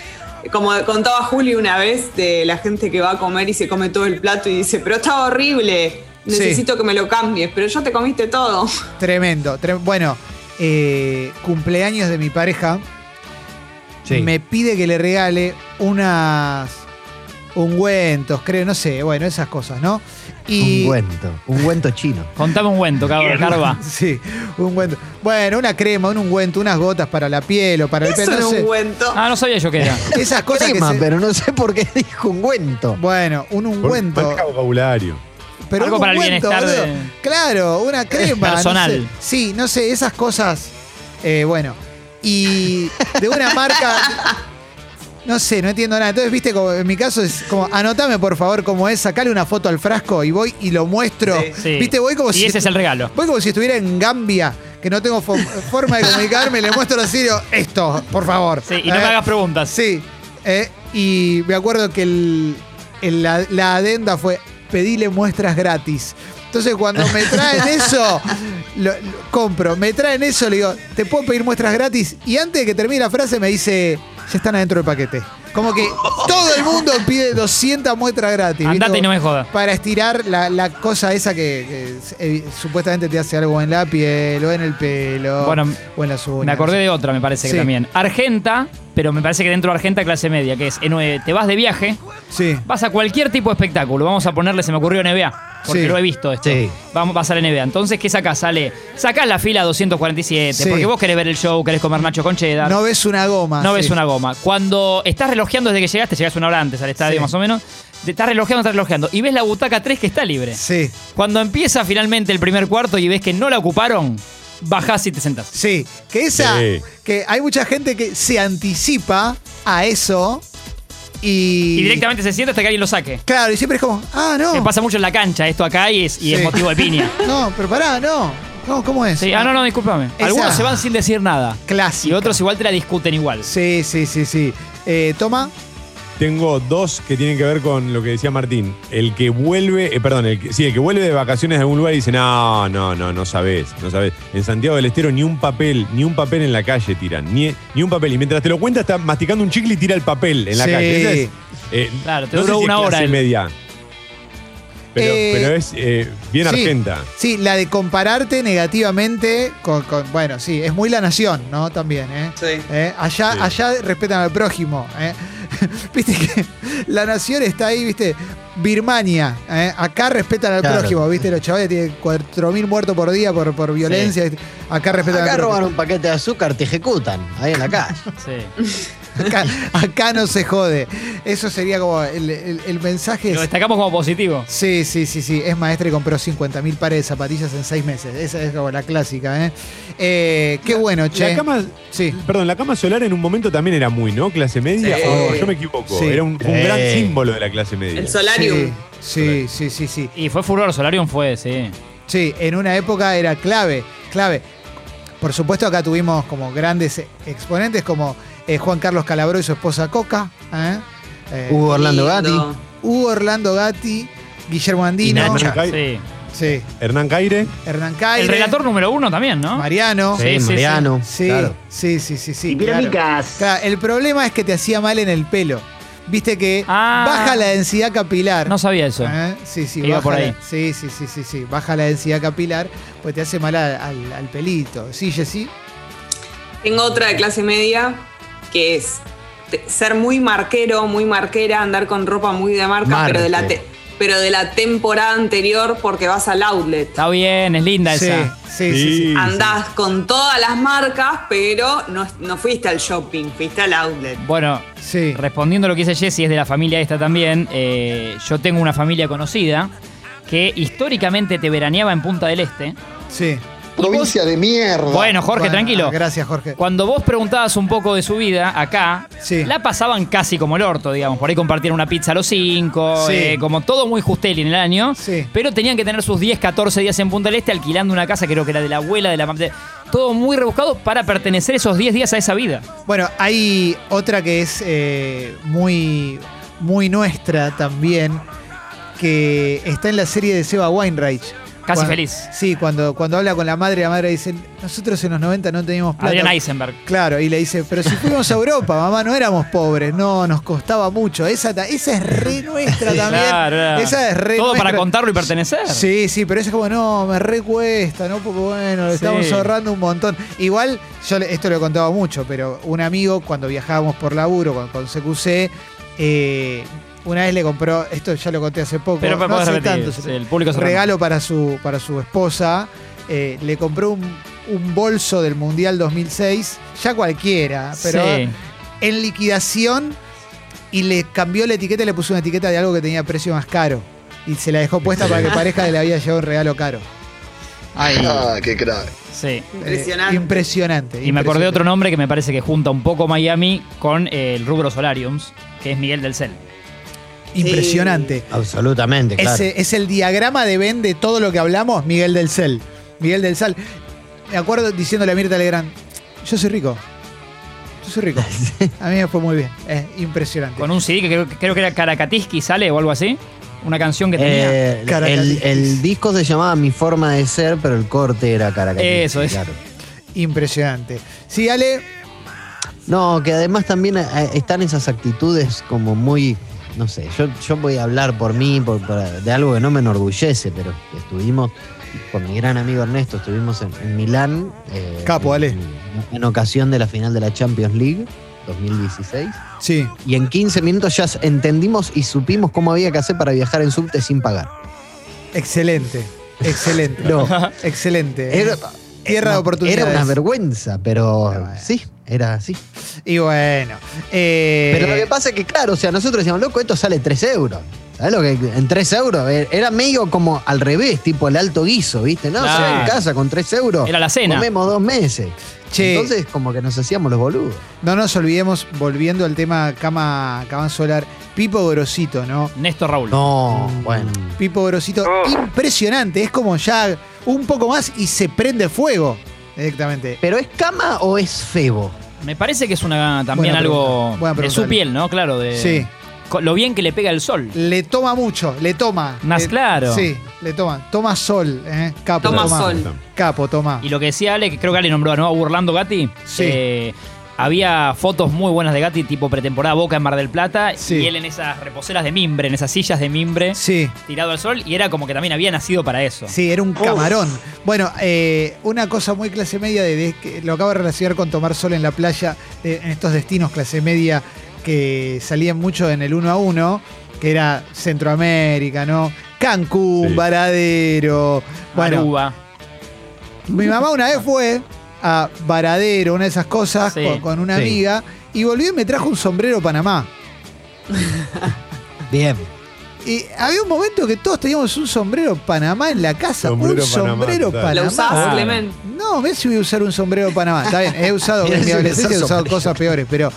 Speaker 3: como contaba Juli una vez de la gente que va a comer y se come todo el plato y dice, pero estaba horrible,
Speaker 1: Sí.
Speaker 3: necesito que me lo cambies, pero ya te comiste todo.
Speaker 1: Tremendo. tre- bueno, eh, cumpleaños de mi pareja. Me pide que le regale unas ungüentos, creo, no sé, bueno, esas cosas, ¿no? Y,
Speaker 4: Un cuento, un cuento chino.
Speaker 2: Contame un cuento, cabrón, Carva.
Speaker 1: Sí, un ungüento. Bueno, una crema, un ungüento, unas gotas para la piel o para el
Speaker 3: Eso
Speaker 1: pelo.
Speaker 3: es
Speaker 1: no sé.
Speaker 3: un cuento.
Speaker 2: Ah, no sabía yo qué era.
Speaker 1: Esas cosas
Speaker 4: Crema,
Speaker 1: que se-
Speaker 4: pero no sé por qué dijo un cuento.
Speaker 1: Bueno, un
Speaker 6: Por-
Speaker 1: ungüento.
Speaker 6: Marca vocabulario.
Speaker 1: Pero
Speaker 2: Algo
Speaker 1: un
Speaker 2: para el
Speaker 1: ungüento,
Speaker 2: bienestar
Speaker 1: boludo.
Speaker 2: de-
Speaker 1: Claro, una crema. no
Speaker 2: Personal.
Speaker 1: sé. Sí, no sé, esas cosas. eh, bueno. Y de una marca. No sé, no entiendo nada. Entonces, viste, como en mi caso es como, anotame por favor cómo es, sacale una foto al frasco y voy y lo muestro.
Speaker 3: Sí,
Speaker 2: Sí.
Speaker 1: Viste, voy como
Speaker 2: y
Speaker 1: si.
Speaker 2: ese es el regalo.
Speaker 1: Voy como si estuviera en Gambia, que no tengo fo- forma de comunicarme, le muestro así, digo, esto, por favor.
Speaker 2: Sí, y no
Speaker 1: ¿Eh?
Speaker 2: me hagas preguntas.
Speaker 1: Sí. eh, y me acuerdo que el- el- la, la adenda fue pedile muestras gratis. Entonces cuando me traen eso, lo, lo compro, me traen eso, le digo, ¿te puedo pedir muestras gratis? Y antes de que termine la frase me dice, ya están adentro del paquete. Como que todo el mundo pide 200 muestras gratis. ¿viste?
Speaker 2: Andate y no me jodas.
Speaker 1: Para estirar la, la cosa esa que, que, eh, supuestamente te hace algo en la piel o en el pelo
Speaker 2: Bueno,
Speaker 1: o en las uñas.
Speaker 2: Me acordé de otra, me parece
Speaker 1: Sí.
Speaker 2: que también. Argenta, pero me parece que dentro de Argenta clase media, que es en- eh, te vas de viaje,
Speaker 1: Sí.
Speaker 2: vas a cualquier tipo de espectáculo. Vamos a ponerle, se me ocurrió NBA, porque
Speaker 1: Sí.
Speaker 2: lo he visto esto.
Speaker 4: Sí.
Speaker 2: Vamos, vas a la NBA. Entonces, ¿qué sacás? Sale, sacás la fila 247,
Speaker 1: Sí.
Speaker 2: porque vos querés ver el show, querés comer nacho con cheddar.
Speaker 1: No ves una goma.
Speaker 2: No
Speaker 1: Ah,
Speaker 2: ves
Speaker 1: sí.
Speaker 2: una goma. Cuando estás relojeando desde que llegaste, llegas una hora antes al estadio
Speaker 1: Sí.
Speaker 2: más o menos, te estás relojeando, estás relojeando, y ves la butaca 3 que está libre.
Speaker 1: Sí.
Speaker 2: Cuando empieza finalmente el primer cuarto y ves que no la ocuparon, bajás y te sentás.
Speaker 1: Sí, que esa,
Speaker 6: Sí.
Speaker 1: que hay mucha gente que se anticipa a eso y...
Speaker 2: Y directamente se sienta hasta que alguien lo saque.
Speaker 1: Claro, y siempre es como, ah,
Speaker 2: Me
Speaker 1: no,
Speaker 2: pasa mucho en la cancha esto acá y es, y es
Speaker 1: Sí.
Speaker 2: motivo de piña.
Speaker 1: no, pero pará, no, no, ¿cómo es?
Speaker 2: Sí, ah, no, no, discúlpame.
Speaker 1: Esa-
Speaker 2: Algunos se van sin decir nada.
Speaker 1: Clásica.
Speaker 2: Y otros igual te la discuten igual.
Speaker 1: Sí, sí, sí, sí. Eh, Toma,
Speaker 6: Tengo dos que tienen que ver con lo que decía Martín. El que vuelve, eh, perdón, el que, sí, el que vuelve de vacaciones de algún lugar y dice, no, no, no, no sabés, no sabés. En Santiago del Estero ni un papel, ni un papel en la calle tiran, ni, ni un papel. Y mientras te lo cuenta, está masticando un chicle y tira el papel en la
Speaker 1: Sí.
Speaker 6: calle. Esa es, eh,
Speaker 2: Claro, te
Speaker 6: no sé
Speaker 2: duró
Speaker 6: si es
Speaker 2: una
Speaker 6: clase
Speaker 2: hora el-
Speaker 6: media. Pero,
Speaker 1: Eh,
Speaker 6: pero es eh, bien
Speaker 1: sí.
Speaker 6: argenta.
Speaker 1: Sí, la de compararte negativamente con, con- Bueno, sí, es muy la nación, ¿no? También, ¿eh?
Speaker 3: Sí.
Speaker 1: ¿Eh? Allá,
Speaker 6: Sí.
Speaker 1: allá respetan al prójimo. ¿eh? Viste que la nación está ahí, viste. Birmania, ¿eh? acá respetan al
Speaker 4: Claro.
Speaker 1: prójimo, viste, los chavales tienen 4.000 muertos por día por, por violencia, ¿viste? acá respetan
Speaker 4: Acá
Speaker 1: al
Speaker 4: roban
Speaker 1: prójimo.
Speaker 4: un paquete de azúcar, te ejecutan, ahí en la calle.
Speaker 2: Sí.
Speaker 1: Acá, acá no se jode. Eso sería como el, el- el mensaje.
Speaker 2: Lo
Speaker 1: es-
Speaker 2: destacamos como positivo.
Speaker 1: Sí, sí, sí, sí. Es maestra y compró 50.000 pares de zapatillas en seis meses. Esa es como la clásica, ¿eh? Eh, qué bueno, che.
Speaker 6: La cama,
Speaker 1: Sí.
Speaker 6: perdón, la cama solar en un momento también era muy, ¿no? Clase media.
Speaker 3: Sí.
Speaker 6: o yo me equivoco.
Speaker 1: Sí.
Speaker 6: Era un, un
Speaker 4: Sí.
Speaker 6: gran símbolo de la clase media.
Speaker 3: El solarium.
Speaker 1: Sí, sí, sí, sí, sí.
Speaker 2: Y fue furor, Solarium fue, sí.
Speaker 1: Sí, en una época era clave, clave. Por supuesto acá tuvimos como grandes eh, exponentes como eh, Juan Carlos Calabró y su esposa Coca, ¿eh? Eh,
Speaker 4: Hugo Orlando Gatti.
Speaker 3: Lindo.
Speaker 1: Hugo Orlando Gatti, Guillermo Andino,
Speaker 6: Hernán, Cai-
Speaker 2: Sí.
Speaker 1: sí,
Speaker 6: Hernán Caire.
Speaker 1: Hernán Caire,
Speaker 2: El relator número uno también, ¿no?
Speaker 1: Mariano.
Speaker 2: Sí,
Speaker 4: Sí,
Speaker 2: sí, sí.
Speaker 4: Mariano.
Speaker 1: Sí,
Speaker 4: claro.
Speaker 1: sí, sí, sí, sí.
Speaker 5: y
Speaker 1: claro.
Speaker 5: piramicas.
Speaker 1: Claro, el problema es que te hacía mal en el pelo. Viste que
Speaker 2: Ah.
Speaker 1: baja la densidad capilar.
Speaker 2: No sabía eso.
Speaker 1: ¿Eh? Sí, sí,
Speaker 2: Iba
Speaker 1: baja
Speaker 2: por
Speaker 1: la-
Speaker 2: ahí.
Speaker 1: sí, sí, sí, sí, sí. Baja la densidad capilar, pues te hace mal al, al- al pelito. Sí, Jessy.
Speaker 3: Tengo otra de clase media que es te- ser muy marquero, muy marquera, andar con ropa muy de marca,
Speaker 4: Marque.
Speaker 3: pero de, la te- pero de la temporada anterior porque vas al outlet.
Speaker 2: Está bien, es linda
Speaker 1: Sí,
Speaker 2: esa.
Speaker 1: sí, sí, Ah, sí.
Speaker 3: Andás con todas las marcas, pero no, no fuiste al shopping, fuiste al outlet.
Speaker 2: Bueno,
Speaker 1: Sí.
Speaker 2: respondiendo a lo que dice Jesse, es de la familia esta también. eh, yo tengo una familia conocida que históricamente te veraneaba en Punta del Este.
Speaker 1: sí.
Speaker 5: Provincia de mierda.
Speaker 2: Bueno, Jorge,
Speaker 1: Bueno,
Speaker 2: tranquilo.
Speaker 1: Gracias, Jorge.
Speaker 2: Cuando vos preguntabas un poco de su vida acá,
Speaker 1: Sí.
Speaker 2: la pasaban casi como el orto, digamos. Por ahí compartían una pizza a los cinco,
Speaker 1: Sí.
Speaker 2: eh, como todo muy justeli en el año.
Speaker 1: Sí.
Speaker 2: Pero tenían que tener sus 10, 14 días en Punta del Este alquilando una casa, creo que era de la abuela, de la mamá. de- Todo muy rebuscado para pertenecer esos 10 días a esa vida.
Speaker 1: Bueno, hay otra que es eh, muy, muy nuestra también, que está en la serie de Seba Weinreich.
Speaker 2: Casi
Speaker 1: Cuan-
Speaker 2: feliz.
Speaker 1: Sí, cuando, cuando habla con la madre, la madre dice, nosotros en los 90 no teníamos plata.
Speaker 2: Adrián Eisenberg.
Speaker 1: Claro, y le dice, pero si fuimos a Europa, mamá, no éramos pobres, no, nos costaba mucho. Esa, ta- esa es re nuestra también.
Speaker 2: Claro, era-
Speaker 1: Esa es re
Speaker 2: Todo para
Speaker 1: nuestra.
Speaker 2: contarlo y pertenecer.
Speaker 1: Sí, sí, pero eso es como, no, me recuesta, ¿no? Porque bueno, le
Speaker 2: Sí.
Speaker 1: estamos ahorrando un montón. Igual, yo le- esto lo he contado mucho, pero un amigo cuando viajábamos por laburo con, con CQC, eh, una vez le compró, esto ya lo conté hace poco,
Speaker 2: Pero
Speaker 1: no
Speaker 2: podés
Speaker 1: hace
Speaker 2: repetir,
Speaker 1: tanto, se-
Speaker 2: el público se
Speaker 1: regalo para su, para su esposa, eh, le compró un, un bolso del Mundial 2006, ya cualquiera, pero
Speaker 2: Sí.
Speaker 1: en liquidación y le cambió la etiqueta y le puso una etiqueta de algo que tenía precio más caro. Y se la dejó puesta para que parezca que le había llevado un regalo caro.
Speaker 2: Ay,
Speaker 5: Ah, qué crack.
Speaker 2: sí.
Speaker 3: Impresionante.
Speaker 1: Eh, impresionante.
Speaker 2: Y me acordé de
Speaker 1: impresionante.
Speaker 2: otro nombre que me parece que junta un poco Miami con eh, el rubro Solariums, que es Miguel del Cel.
Speaker 1: Impresionante.
Speaker 4: Absolutamente, claro.
Speaker 1: Ese es el diagrama de Ben de todo lo que hablamos, Miguel del Cel. Miguel del Sal. Me acuerdo diciéndole a Mirta Legrand, yo soy rico. Yo soy rico. A mí me fue muy bien. Es impresionante.
Speaker 2: Con un CD que creo, creo que era Caracatiski, ¿sale? O algo así. Una canción que tenía.
Speaker 4: Eh, el,
Speaker 1: Caracatitis.
Speaker 4: el disco se llamaba Mi forma de ser, pero el corte era Caracatitis.
Speaker 2: Eso es.
Speaker 1: Impresionante. Sí, Ale.
Speaker 4: No, que además también eh, están esas actitudes como muy, no sé, yo, yo voy a hablar por mí, por, por- de algo que no me enorgullece, pero que estuvimos con mi gran amigo Ernesto, estuvimos en, en Milán. eh,
Speaker 1: Capo, Ale.
Speaker 4: En, en ocasión de la final de la Champions League 2016.
Speaker 1: Sí.
Speaker 4: Y en 15 minutos ya entendimos y supimos cómo había que hacer para viajar en subte sin pagar.
Speaker 1: Excelente. Excelente.
Speaker 4: No.
Speaker 1: Excelente.
Speaker 4: Era,
Speaker 1: Tierra de oportunidades. eh.
Speaker 4: Era una vergüenza, pero
Speaker 1: Pero bueno.
Speaker 4: sí, era así.
Speaker 1: Y bueno. eh,
Speaker 4: Pero lo que pasa es que, claro, o sea, nosotros decíamos, loco, esto sale 3 euros. ¿Sabes lo que? En 3 euros. eh, Era medio como al revés, tipo el alto guiso, ¿viste? No, o sea,
Speaker 2: Claro.
Speaker 4: en casa con 3 euros.
Speaker 2: Era la cena.
Speaker 4: Comemos dos meses.
Speaker 1: Che.
Speaker 4: Entonces, como que nos hacíamos los boludos.
Speaker 1: No nos olvidemos, volviendo al tema cama, cama solar, Pipo Grosito, ¿no?
Speaker 2: Néstor Raúl.
Speaker 4: No, bueno.
Speaker 1: Pipo Grosito, impresionante. Es como ya un poco más y se prende fuego directamente.
Speaker 4: ¿Pero es cama o es febo?
Speaker 2: Me parece que es una también
Speaker 1: Buena
Speaker 2: algo
Speaker 1: pregunta, buena
Speaker 2: de
Speaker 1: pregunta,
Speaker 2: su
Speaker 1: Ale.
Speaker 2: piel, ¿no? Claro, de
Speaker 1: Sí.
Speaker 2: co- lo bien que le pega el sol.
Speaker 1: Le toma mucho, le toma.
Speaker 2: Más
Speaker 1: Le-
Speaker 2: claro.
Speaker 1: Sí, le toma. Toma sol, ¿eh? Capo,
Speaker 3: Toma
Speaker 1: toma.
Speaker 3: sol.
Speaker 1: Capo, toma.
Speaker 2: Y lo que decía Ale, que creo que Ale nombró ¿no? a Burlando Gatti,
Speaker 1: Sí.
Speaker 2: eh, Había fotos muy buenas de Gatti, tipo pretemporada Boca en Mar del Plata,
Speaker 1: Sí.
Speaker 2: y él en esas reposeras de mimbre, en esas sillas de mimbre,
Speaker 1: Sí,
Speaker 2: tirado al sol, y era como que también había nacido para eso.
Speaker 1: sí, era un camarón. Bueno, eh, una cosa muy clase media, de, de- que lo acabo de relacionar con tomar sol en la playa, eh, en estos destinos clase media que salían mucho en el uno a uno, que era Centroamérica, ¿no? Cancún,
Speaker 6: Sí.
Speaker 1: Varadero. Bueno,
Speaker 2: Aruba.
Speaker 1: Mi mamá una vez fue a Varadero, una de esas cosas,
Speaker 2: Sí.
Speaker 1: con, con una
Speaker 4: Sí.
Speaker 1: amiga, y volvió y me trajo un sombrero Panamá.
Speaker 4: Bien.
Speaker 1: Y había un momento que todos teníamos un sombrero Panamá en la casa.
Speaker 6: Sombrero
Speaker 1: un
Speaker 6: Panamá,
Speaker 1: sombrero
Speaker 6: total.
Speaker 1: Panamá.
Speaker 3: ¿Lo usás,
Speaker 6: Ah.
Speaker 3: Clement?
Speaker 1: No, ves si voy a usar un sombrero Panamá. Está bien, he usado,
Speaker 4: Mirá
Speaker 1: en mi
Speaker 4: si
Speaker 1: adolescencia he
Speaker 4: usás
Speaker 1: usado
Speaker 4: sombrero.
Speaker 1: cosas peores, pero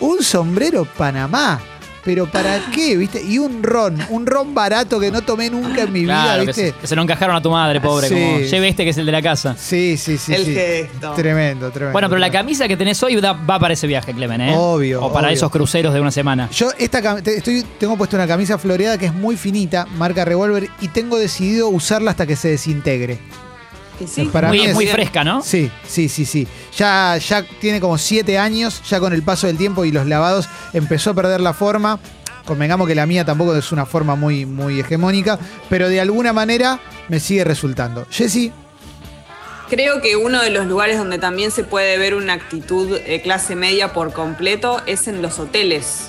Speaker 1: un sombrero Panamá. ¿Pero para qué, viste? Y un ron, un ron barato que no tomé nunca en mi
Speaker 2: Claro,
Speaker 1: vida,
Speaker 2: que
Speaker 1: viste.
Speaker 2: se, que se lo encajaron a tu madre, pobre.
Speaker 1: Sí.
Speaker 2: Como, lleve este que es el de la casa.
Speaker 1: Sí, sí, sí.
Speaker 3: El
Speaker 1: sí.
Speaker 3: gesto.
Speaker 1: Tremendo, tremendo.
Speaker 2: Bueno, pero la
Speaker 1: tremendo.
Speaker 2: camisa que tenés hoy da- va para ese viaje, Clemen, ¿eh?
Speaker 1: Obvio,
Speaker 2: O para
Speaker 1: obvio.
Speaker 2: esos cruceros de una semana.
Speaker 1: Yo esta cam- te- estoy, tengo puesto una camisa floreada que es muy finita, marca Revolver, y tengo decidido usarla hasta que se desintegre.
Speaker 3: Y sí.
Speaker 1: Para
Speaker 2: muy,
Speaker 1: mí es-
Speaker 2: muy fresca, ¿no?
Speaker 1: Sí, sí, sí, sí. Ya, ya tiene como siete años, ya con el paso del tiempo y los lavados empezó a perder la forma. Convengamos que la mía tampoco es una forma muy, muy hegemónica, pero de alguna manera me sigue resultando. Jessy,
Speaker 3: Creo que uno de los lugares donde también se puede ver una actitud eh, clase media por completo es en los hoteles.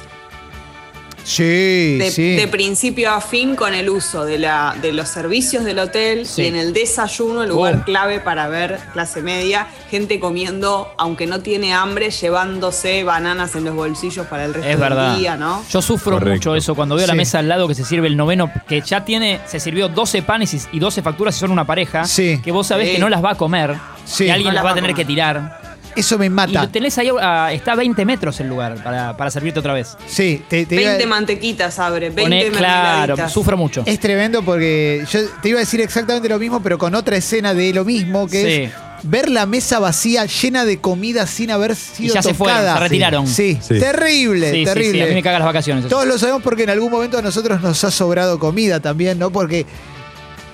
Speaker 1: sí,
Speaker 3: de,
Speaker 1: sí.
Speaker 3: de principio a fin con el uso de, la, de los servicios del hotel
Speaker 2: Sí.
Speaker 3: y en el desayuno, lugar
Speaker 2: Oh.
Speaker 3: clave para ver clase media, gente comiendo, aunque no tiene hambre, llevándose bananas en los bolsillos para el resto
Speaker 2: Es
Speaker 3: del
Speaker 2: verdad.
Speaker 3: día, ¿no?
Speaker 2: Yo sufro
Speaker 6: Correcto.
Speaker 2: mucho eso cuando veo la
Speaker 1: Sí.
Speaker 2: mesa al lado que se sirve el noveno, que ya tiene, se sirvió 12 panes y- y 12 facturas y son una pareja,
Speaker 1: Sí.
Speaker 2: que vos sabés
Speaker 3: Sí.
Speaker 2: que no las va a comer,
Speaker 1: Sí. Ah,
Speaker 2: que alguien las
Speaker 3: No las
Speaker 2: va a
Speaker 3: va a
Speaker 2: tener que
Speaker 3: comer.
Speaker 2: tirar.
Speaker 1: Eso me
Speaker 2: Y lo
Speaker 1: mata.
Speaker 2: tenés ahí, a- está a 20 metros el lugar para, para servirte otra vez.
Speaker 1: Sí, te, te iba-
Speaker 3: 20 mantequitas abre, 20
Speaker 2: Poné- claro,
Speaker 3: mermeladitas.
Speaker 2: sufro mucho.
Speaker 1: Es tremendo porque yo te iba a decir exactamente lo mismo, pero con otra escena de lo mismo, que
Speaker 2: Sí.
Speaker 1: es ver la mesa vacía llena de comida sin haber sido
Speaker 2: ya se fueron,
Speaker 1: tocada.
Speaker 2: se retiraron.
Speaker 1: Sí,
Speaker 6: Sí.
Speaker 1: terrible,
Speaker 2: Sí, sí,
Speaker 1: terrible.
Speaker 2: sí, a mí me cagan las vacaciones.
Speaker 1: Todos lo sabemos porque en algún momento a nosotros nos ha sobrado comida también, ¿no? Porque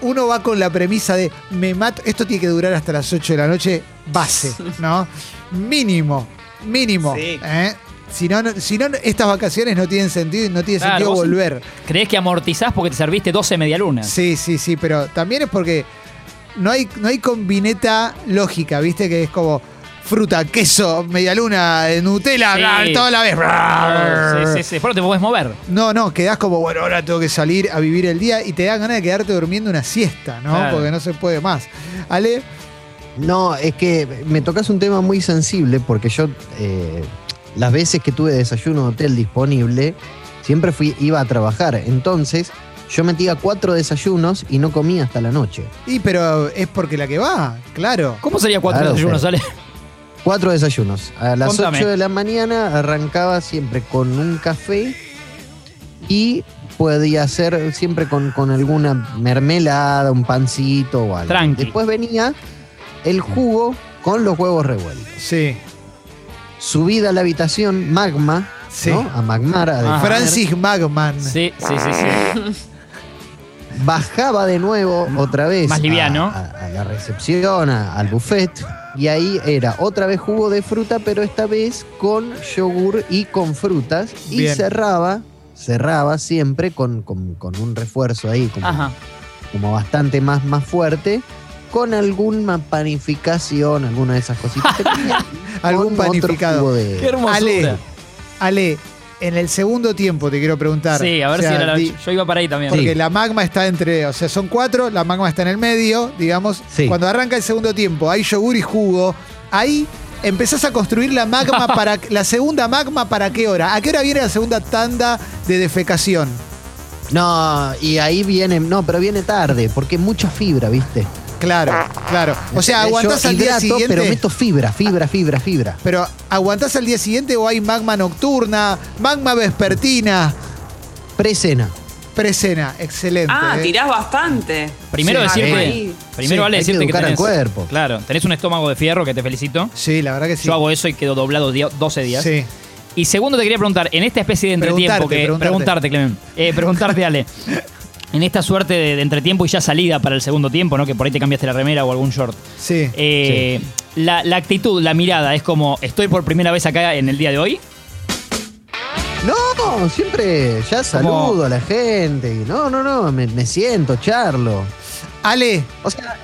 Speaker 1: uno va con la premisa de me mato, esto tiene que durar hasta las 8 de la noche, base, ¿no? Mínimo, mínimo.
Speaker 3: Sí.
Speaker 1: ¿eh? Si no, no- si no, estas vacaciones no tienen sentido y no tiene
Speaker 2: Claro,
Speaker 1: sentido
Speaker 2: vos- Ah.
Speaker 1: volver.
Speaker 2: ¿Crees que amortizás porque te serviste 12 medialunas?
Speaker 1: Sí, sí, sí, pero también es porque no hay, no hay combineta lógica, ¿viste? Que es como fruta, queso, media luna, eh, Nutella,
Speaker 2: Sí.
Speaker 1: bla, toda la vez.
Speaker 2: Ah, Sí, sí, sí. Después no te podés mover.
Speaker 1: No, no, quedás como, bueno, ahora tengo que salir a vivir el día y te dan ganas de quedarte durmiendo una siesta, ¿no?
Speaker 2: Claro.
Speaker 1: Porque no se puede más. Ale,
Speaker 4: No, es que me tocas un tema muy sensible porque yo eh, las veces que tuve desayuno hotel disponible, siempre fui, iba a trabajar. Entonces, yo metía cuatro desayunos y no comía hasta la noche.
Speaker 1: y pero es porque la que va, claro.
Speaker 2: ¿Cómo sería cuatro
Speaker 4: Claro,
Speaker 2: desayunos, Ale?
Speaker 4: Cuatro desayunos. A las
Speaker 2: Contame.
Speaker 4: 8 de la mañana arrancaba siempre con un café y podía hacer siempre con, con alguna mermelada, un pancito o algo.
Speaker 2: Tranqui.
Speaker 4: Después venía el jugo con los huevos revueltos.
Speaker 1: Sí.
Speaker 4: Subida a la habitación, magma,
Speaker 1: Sí.
Speaker 4: ¿no? A magmar, a
Speaker 2: Ajá.
Speaker 4: definir.
Speaker 1: Francis Magman.
Speaker 2: Sí, sí, sí, sí.
Speaker 4: Bajaba de nuevo otra vez.
Speaker 2: Más
Speaker 4: a-
Speaker 2: liviano.
Speaker 4: A, a la recepción, a- al buffet. Y ahí era otra vez jugo de fruta, pero esta vez con yogur y con frutas. Y
Speaker 1: Bien.
Speaker 4: cerraba, cerraba siempre con, con- con un refuerzo ahí, como,
Speaker 2: Ajá.
Speaker 4: como bastante más, más fuerte. Con alguna panificación, alguna de esas cositas. que tenía,
Speaker 1: Algún
Speaker 4: con otro
Speaker 1: panificado.
Speaker 4: jugo de-
Speaker 2: Qué hermosura.
Speaker 1: Ale, Ale, en el segundo tiempo te quiero preguntar.
Speaker 2: Sí, a ver
Speaker 1: O sea,
Speaker 2: si era la...
Speaker 1: di-
Speaker 2: Yo iba para ahí también.
Speaker 1: Porque la magma está entre, o sea, son cuatro, la magma está en el medio, digamos.
Speaker 4: Sí.
Speaker 1: Cuando arranca el segundo tiempo, hay yogur y jugo. Ahí empezás a construir la magma para la segunda magma para qué hora? ¿A qué hora viene la segunda tanda de defecación?
Speaker 4: No, y ahí viene, no, pero viene tarde, porque mucha fibra, ¿viste?
Speaker 1: Claro, claro. O sea,
Speaker 4: Yo
Speaker 1: aguantás al día
Speaker 4: hidrato,
Speaker 1: siguiente.
Speaker 4: Pero
Speaker 1: Pero,
Speaker 4: meto fibra, fibra, fibra, fibra.
Speaker 1: aguantás al día siguiente o hay magma nocturna, magma vespertina,
Speaker 4: Presena.
Speaker 1: presena, excelente.
Speaker 3: Ah,
Speaker 1: eh.
Speaker 3: tirás bastante.
Speaker 2: Primero
Speaker 1: Sí,
Speaker 2: decirte,
Speaker 3: ahí.
Speaker 2: primero
Speaker 1: Sí,
Speaker 2: vale
Speaker 4: hay que
Speaker 2: decirte que,
Speaker 4: educar al
Speaker 2: tenés,
Speaker 4: cuerpo.
Speaker 2: Claro, tenés un estómago de fierro que te felicito.
Speaker 1: Sí, la verdad que sí.
Speaker 2: Yo hago eso y quedo doblado dia- 12 días.
Speaker 1: Sí.
Speaker 2: Y segundo te quería preguntar, en esta especie de entretiempo
Speaker 1: Preguntarte,
Speaker 2: que
Speaker 1: preguntarte.
Speaker 2: preguntarte, Clemen, eh, preguntarte Ale, en esta suerte de, de entretiempo y ya salida para el segundo tiempo, ¿no? Que por ahí te cambiaste la remera o algún short.
Speaker 1: Sí.
Speaker 2: Eh, la, la actitud, la mirada, es como, estoy por primera vez acá en el día de hoy.
Speaker 4: No, siempre ya saludo a la gente. y No, no, no, me, me siento, charlo.
Speaker 1: Ale,
Speaker 4: O sea,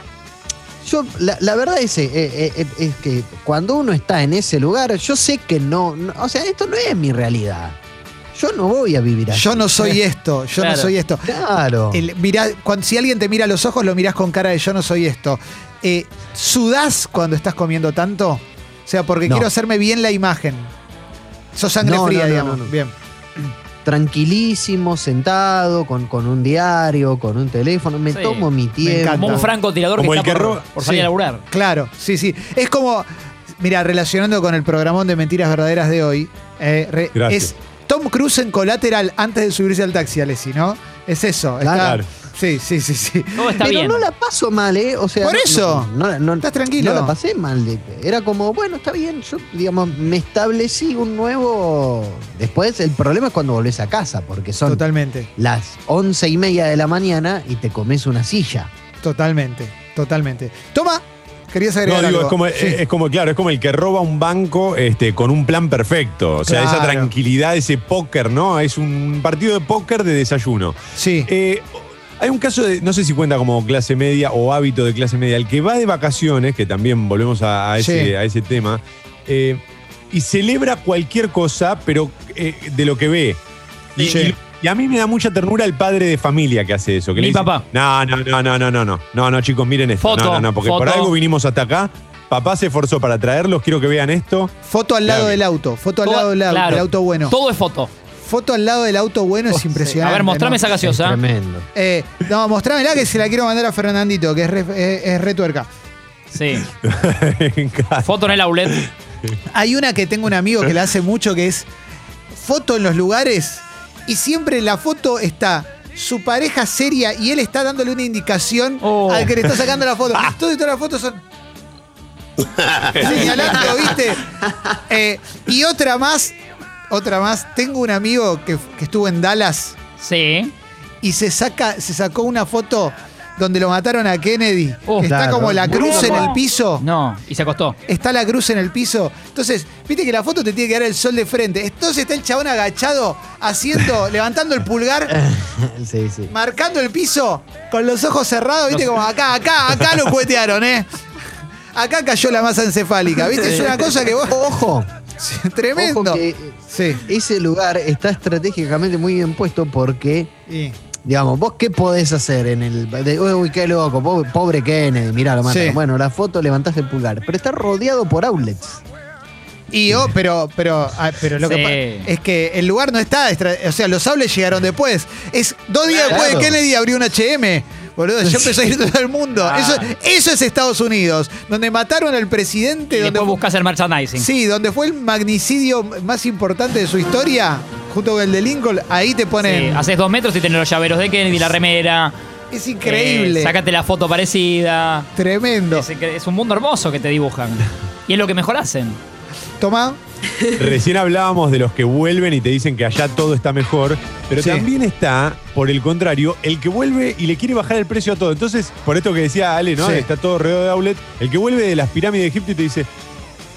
Speaker 4: yo, la, la verdad es, eh, eh, eh, es que cuando uno está en ese lugar, yo sé que no, no- O sea, esto no es mi realidad. Yo no voy a vivir así.
Speaker 1: yo no soy esto, yo
Speaker 2: Claro.
Speaker 1: no soy esto.
Speaker 4: Claro.
Speaker 1: El- mirá, cuan- si alguien te mira a los ojos, lo mirás con cara de yo no soy esto. Eh, ¿Sudás cuando estás comiendo tanto? O sea, porque
Speaker 4: No.
Speaker 1: quiero hacerme bien la imagen. Sos sangre
Speaker 4: No, no,
Speaker 1: fría,
Speaker 4: no,
Speaker 1: digamos.
Speaker 4: no, no.
Speaker 1: Bien.
Speaker 4: Tranquilísimo, sentado, con, con un diario, con un teléfono. Me
Speaker 2: Sí,
Speaker 4: tomo mi
Speaker 2: Como
Speaker 4: tiempo.
Speaker 2: un francotirador
Speaker 6: Como
Speaker 2: que
Speaker 6: el
Speaker 2: está
Speaker 6: que
Speaker 2: por,
Speaker 6: roba-
Speaker 2: por salir
Speaker 1: Sí.
Speaker 2: a laburar.
Speaker 1: Claro, sí, sí. Es como, mira, relacionando con el programón de mentiras verdaderas de hoy, eh, re-
Speaker 6: Gracias.
Speaker 1: es Tom Cruise en colateral antes de subirse al taxi, Alessi, ¿no? Es eso. está-
Speaker 6: Claro.
Speaker 1: Sí, sí, sí, sí.
Speaker 2: Todo está
Speaker 4: Pero
Speaker 2: bien.
Speaker 4: no la paso mal, ¿eh? O sea,
Speaker 1: Por
Speaker 4: no-
Speaker 1: eso.
Speaker 4: no- no- no-
Speaker 1: Estás tranquilo.
Speaker 4: No la pasé mal. de- Era como, bueno, está bien. Yo, digamos, me establecí un nuevo. Después, el problema es cuando volvés a casa, porque son
Speaker 1: Totalmente,
Speaker 4: las once y media de la mañana y te comes una silla.
Speaker 1: totalmente, totalmente. Toma, querías agregar
Speaker 6: No, digo,
Speaker 1: algo.
Speaker 6: es como,
Speaker 1: Sí.
Speaker 4: eh,
Speaker 6: es- es como, claro, es como el que roba un banco este, con un plan perfecto. O sea, esa
Speaker 1: Claro.
Speaker 6: tranquilidad, ese póker, ¿no? Es un partido de póker de desayuno.
Speaker 1: sí.
Speaker 6: Eh, hay un caso de, no sé si cuenta como clase media o hábito de clase media, el que va de vacaciones, que también volvemos a, a ese,
Speaker 1: Sí.
Speaker 6: a ese tema, eh, y celebra cualquier cosa, pero eh, de lo que ve. Y,
Speaker 1: Sí.
Speaker 6: y- y a mí me da mucha ternura el padre de familia que hace eso. Que
Speaker 2: Mi
Speaker 6: le dice,
Speaker 2: papá.
Speaker 6: No, no, no, no, no, no, no, no, no, chicos, miren esto.
Speaker 2: Foto,
Speaker 6: no, no, no, porque por
Speaker 2: foto.
Speaker 6: algo vinimos hasta acá. Papá se esforzó para traerlos, quiero que vean esto.
Speaker 1: Foto al lado
Speaker 6: Claro.
Speaker 1: del auto, foto al
Speaker 2: Todo-
Speaker 1: lado del au-
Speaker 2: claro.
Speaker 1: del auto bueno.
Speaker 2: Todo es foto.
Speaker 1: Foto al lado del auto bueno es impresionante.
Speaker 2: A ver, mostrame
Speaker 1: ¿no?
Speaker 2: esa
Speaker 4: Es
Speaker 2: gaseosa.
Speaker 4: tremendo.
Speaker 1: Eh, no, mostrámela que se la quiero mandar a Fernandito, que es re, eh, es re tuerca.
Speaker 2: Sí.
Speaker 6: Me encanta.
Speaker 2: Foto en el outlet.
Speaker 1: Hay una que tengo un amigo que la hace mucho que es foto en los lugares y siempre en la foto está su pareja seria y él está dándole una indicación
Speaker 2: Oh. Ah.
Speaker 1: al que le está sacando la foto. Todo y todas las fotos son señalando, ¿viste? Eh, y otra más, otra más. Tengo un amigo que, que estuvo en Dallas
Speaker 2: Sí.
Speaker 1: y se saca, se sacó una foto donde lo mataron a Kennedy.
Speaker 2: Oh,
Speaker 1: que está
Speaker 4: claro.
Speaker 1: como la cruz en el piso
Speaker 2: No. Y se acostó.
Speaker 1: está la cruz en el piso. Entonces, viste que la foto te tiene que dar el sol de frente. Entonces está el chabón agachado, haciendo, levantando el pulgar,
Speaker 4: sí, sí.
Speaker 1: marcando el piso, con los ojos cerrados, viste, como acá, acá, acá lo cuetearon, ¿eh? Acá cayó la masa encefálica, ¿viste? Es una cosa que vos.
Speaker 4: Ojo,
Speaker 1: Tremendo.
Speaker 4: ojo que
Speaker 1: Sí.
Speaker 4: ese lugar está estratégicamente muy bien puesto porque,
Speaker 1: Y-
Speaker 4: digamos, vos qué podés hacer en el. de, uy, qué loco, po- pobre, Kennedy, mirá, lo mataron.
Speaker 1: Sí.
Speaker 4: Bueno, la foto levantaste el pulgar, pero está rodeado por outlets.
Speaker 1: Y oh, pero, pero, ah, pero lo
Speaker 2: Sí.
Speaker 1: que pasa es que el lugar no está. estra- O sea, los sables llegaron después. Es dos días
Speaker 4: Claro.
Speaker 1: después de Kennedy abrió un HM. Boludo, ya empezó a ir todo el mundo.
Speaker 2: Ah.
Speaker 1: Eso, eso es Estados Unidos, donde mataron al presidente.
Speaker 2: Y
Speaker 1: donde
Speaker 2: después
Speaker 1: fu-
Speaker 2: buscas el merchandising.
Speaker 1: Sí, donde fue el magnicidio más importante de su historia, junto con el de Lincoln. Ahí te
Speaker 2: Sí,
Speaker 1: ponen.
Speaker 2: Haces dos metros y tenés los llaveros de Kennedy, la remera.
Speaker 1: es increíble.
Speaker 2: Eh, sácate la foto parecida.
Speaker 1: Tremendo.
Speaker 2: Es, es un mundo hermoso que te dibujan. Y es lo que mejor hacen.
Speaker 1: Tomá.
Speaker 6: Recién hablábamos de los que vuelven y te dicen que allá todo está mejor, pero
Speaker 1: Sí.
Speaker 6: también está, por el contrario, el que vuelve y le quiere bajar el precio a todo. Entonces, por esto que decía Ale, ¿no?
Speaker 1: Sí.
Speaker 6: Está todo rodeado de outlet. El que vuelve de las pirámides de Egipto y te dice,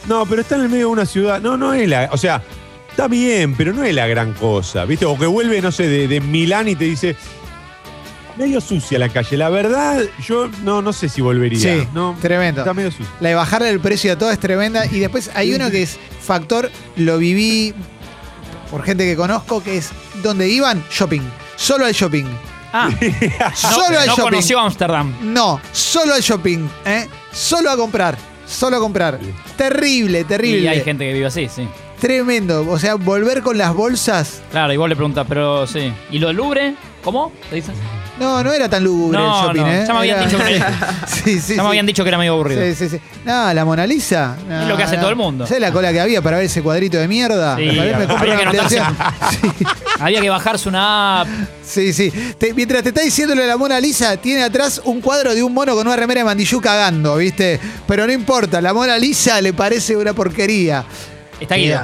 Speaker 6: no, pero está en el medio de una ciudad. No, no es la. O sea, está bien, pero no es la gran cosa, ¿viste? O que vuelve, no sé, de, de Milán y te dice. Medio sucia la calle. La verdad, yo no, no sé si volvería.
Speaker 1: Sí,
Speaker 6: no,
Speaker 1: tremendo.
Speaker 6: Está medio sucia.
Speaker 1: La de bajarle el precio a todo es tremenda. Y después hay uno que es factor, lo viví por gente que conozco, que es donde iban, shopping. Solo al shopping.
Speaker 2: Ah, no,
Speaker 1: solo al
Speaker 2: no
Speaker 1: shopping.
Speaker 2: conoció Ámsterdam.
Speaker 1: No, solo al shopping. ¿eh? Solo a comprar. Solo a comprar. Terrible, terrible.
Speaker 2: Y hay gente que vive así, sí.
Speaker 1: Tremendo. O sea, volver con las bolsas.
Speaker 2: Claro, y vos le preguntas, pero sí. ¿Y lo del Louvre? ¿Cómo? ¿Te dices?
Speaker 1: No, no era tan lúgubre
Speaker 2: No,
Speaker 1: el shopping,
Speaker 2: no,
Speaker 1: ¿eh?
Speaker 2: ya me habían
Speaker 1: Era-
Speaker 2: dicho que-
Speaker 1: sí, sí,
Speaker 2: ya
Speaker 1: sí.
Speaker 2: me habían dicho que era medio aburrido.
Speaker 1: Sí, sí, sí. No, la Mona Lisa. No,
Speaker 2: Es lo que hace
Speaker 1: no.
Speaker 2: todo el mundo.
Speaker 1: ¿Sabes la cola que había para ver ese cuadrito de mierda?
Speaker 2: Sí,
Speaker 1: Para ver, me
Speaker 2: había
Speaker 1: compro
Speaker 2: que
Speaker 1: una
Speaker 2: anotarse.
Speaker 1: ampliación. Sí.
Speaker 2: Había que bajarse una app.
Speaker 1: Sí, sí. Te- mientras te está diciéndole la Mona Lisa, tiene atrás un cuadro de un mono con una remera de mandillú cagando, ¿viste? Pero no importa, la Mona Lisa le parece una porquería.
Speaker 2: Está Guido.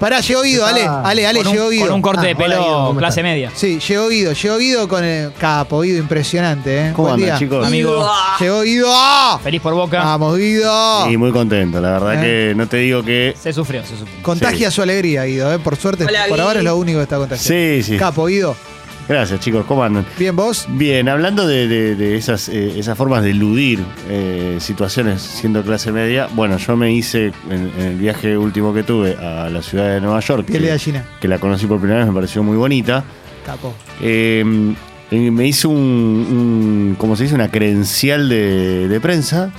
Speaker 1: Pará, llegó Guido, Ale, Ale, Ale,
Speaker 2: con, un,
Speaker 1: llegó Guido.
Speaker 2: con un corte
Speaker 4: Ah,
Speaker 2: de
Speaker 4: hola,
Speaker 2: pelo
Speaker 4: Guido, ¿cómo
Speaker 2: clase
Speaker 4: estás?
Speaker 2: media.
Speaker 1: Sí, llegó Guido, llegó Guido con el capo, Guido, impresionante, ¿eh?
Speaker 7: ¿Cómo
Speaker 1: Buen día.
Speaker 7: andan, chicos?
Speaker 2: Amigo,
Speaker 3: Ah,
Speaker 1: Llegó Guido. ¡Ah!
Speaker 2: feliz por boca.
Speaker 1: Vamos, Guido.
Speaker 7: Y muy contento, la verdad
Speaker 1: Ah. ¿Eh?
Speaker 7: que no te digo que.
Speaker 2: Se sufrió, se sufrió.
Speaker 1: Contagia su alegría, Guido, ¿eh? Por suerte,
Speaker 3: Hola,
Speaker 1: por
Speaker 3: Gui.
Speaker 1: ahora es lo único que está contagiado.
Speaker 7: Sí, sí.
Speaker 1: Capo, Guido.
Speaker 7: Gracias, chicos. ¿Cómo andan?
Speaker 1: Bien, vos.
Speaker 7: Bien, hablando de, de- de esas, eh, esas formas de eludir eh, situaciones siendo clase media, bueno, yo me hice en, en el viaje último que tuve a la ciudad de Nueva York,
Speaker 1: Piel de
Speaker 7: que,
Speaker 1: gallina.
Speaker 7: que la conocí por primera vez, me pareció muy bonita.
Speaker 1: Capo.
Speaker 7: Eh, eh, me hice un, un- ¿cómo se dice? Una credencial de, de prensa.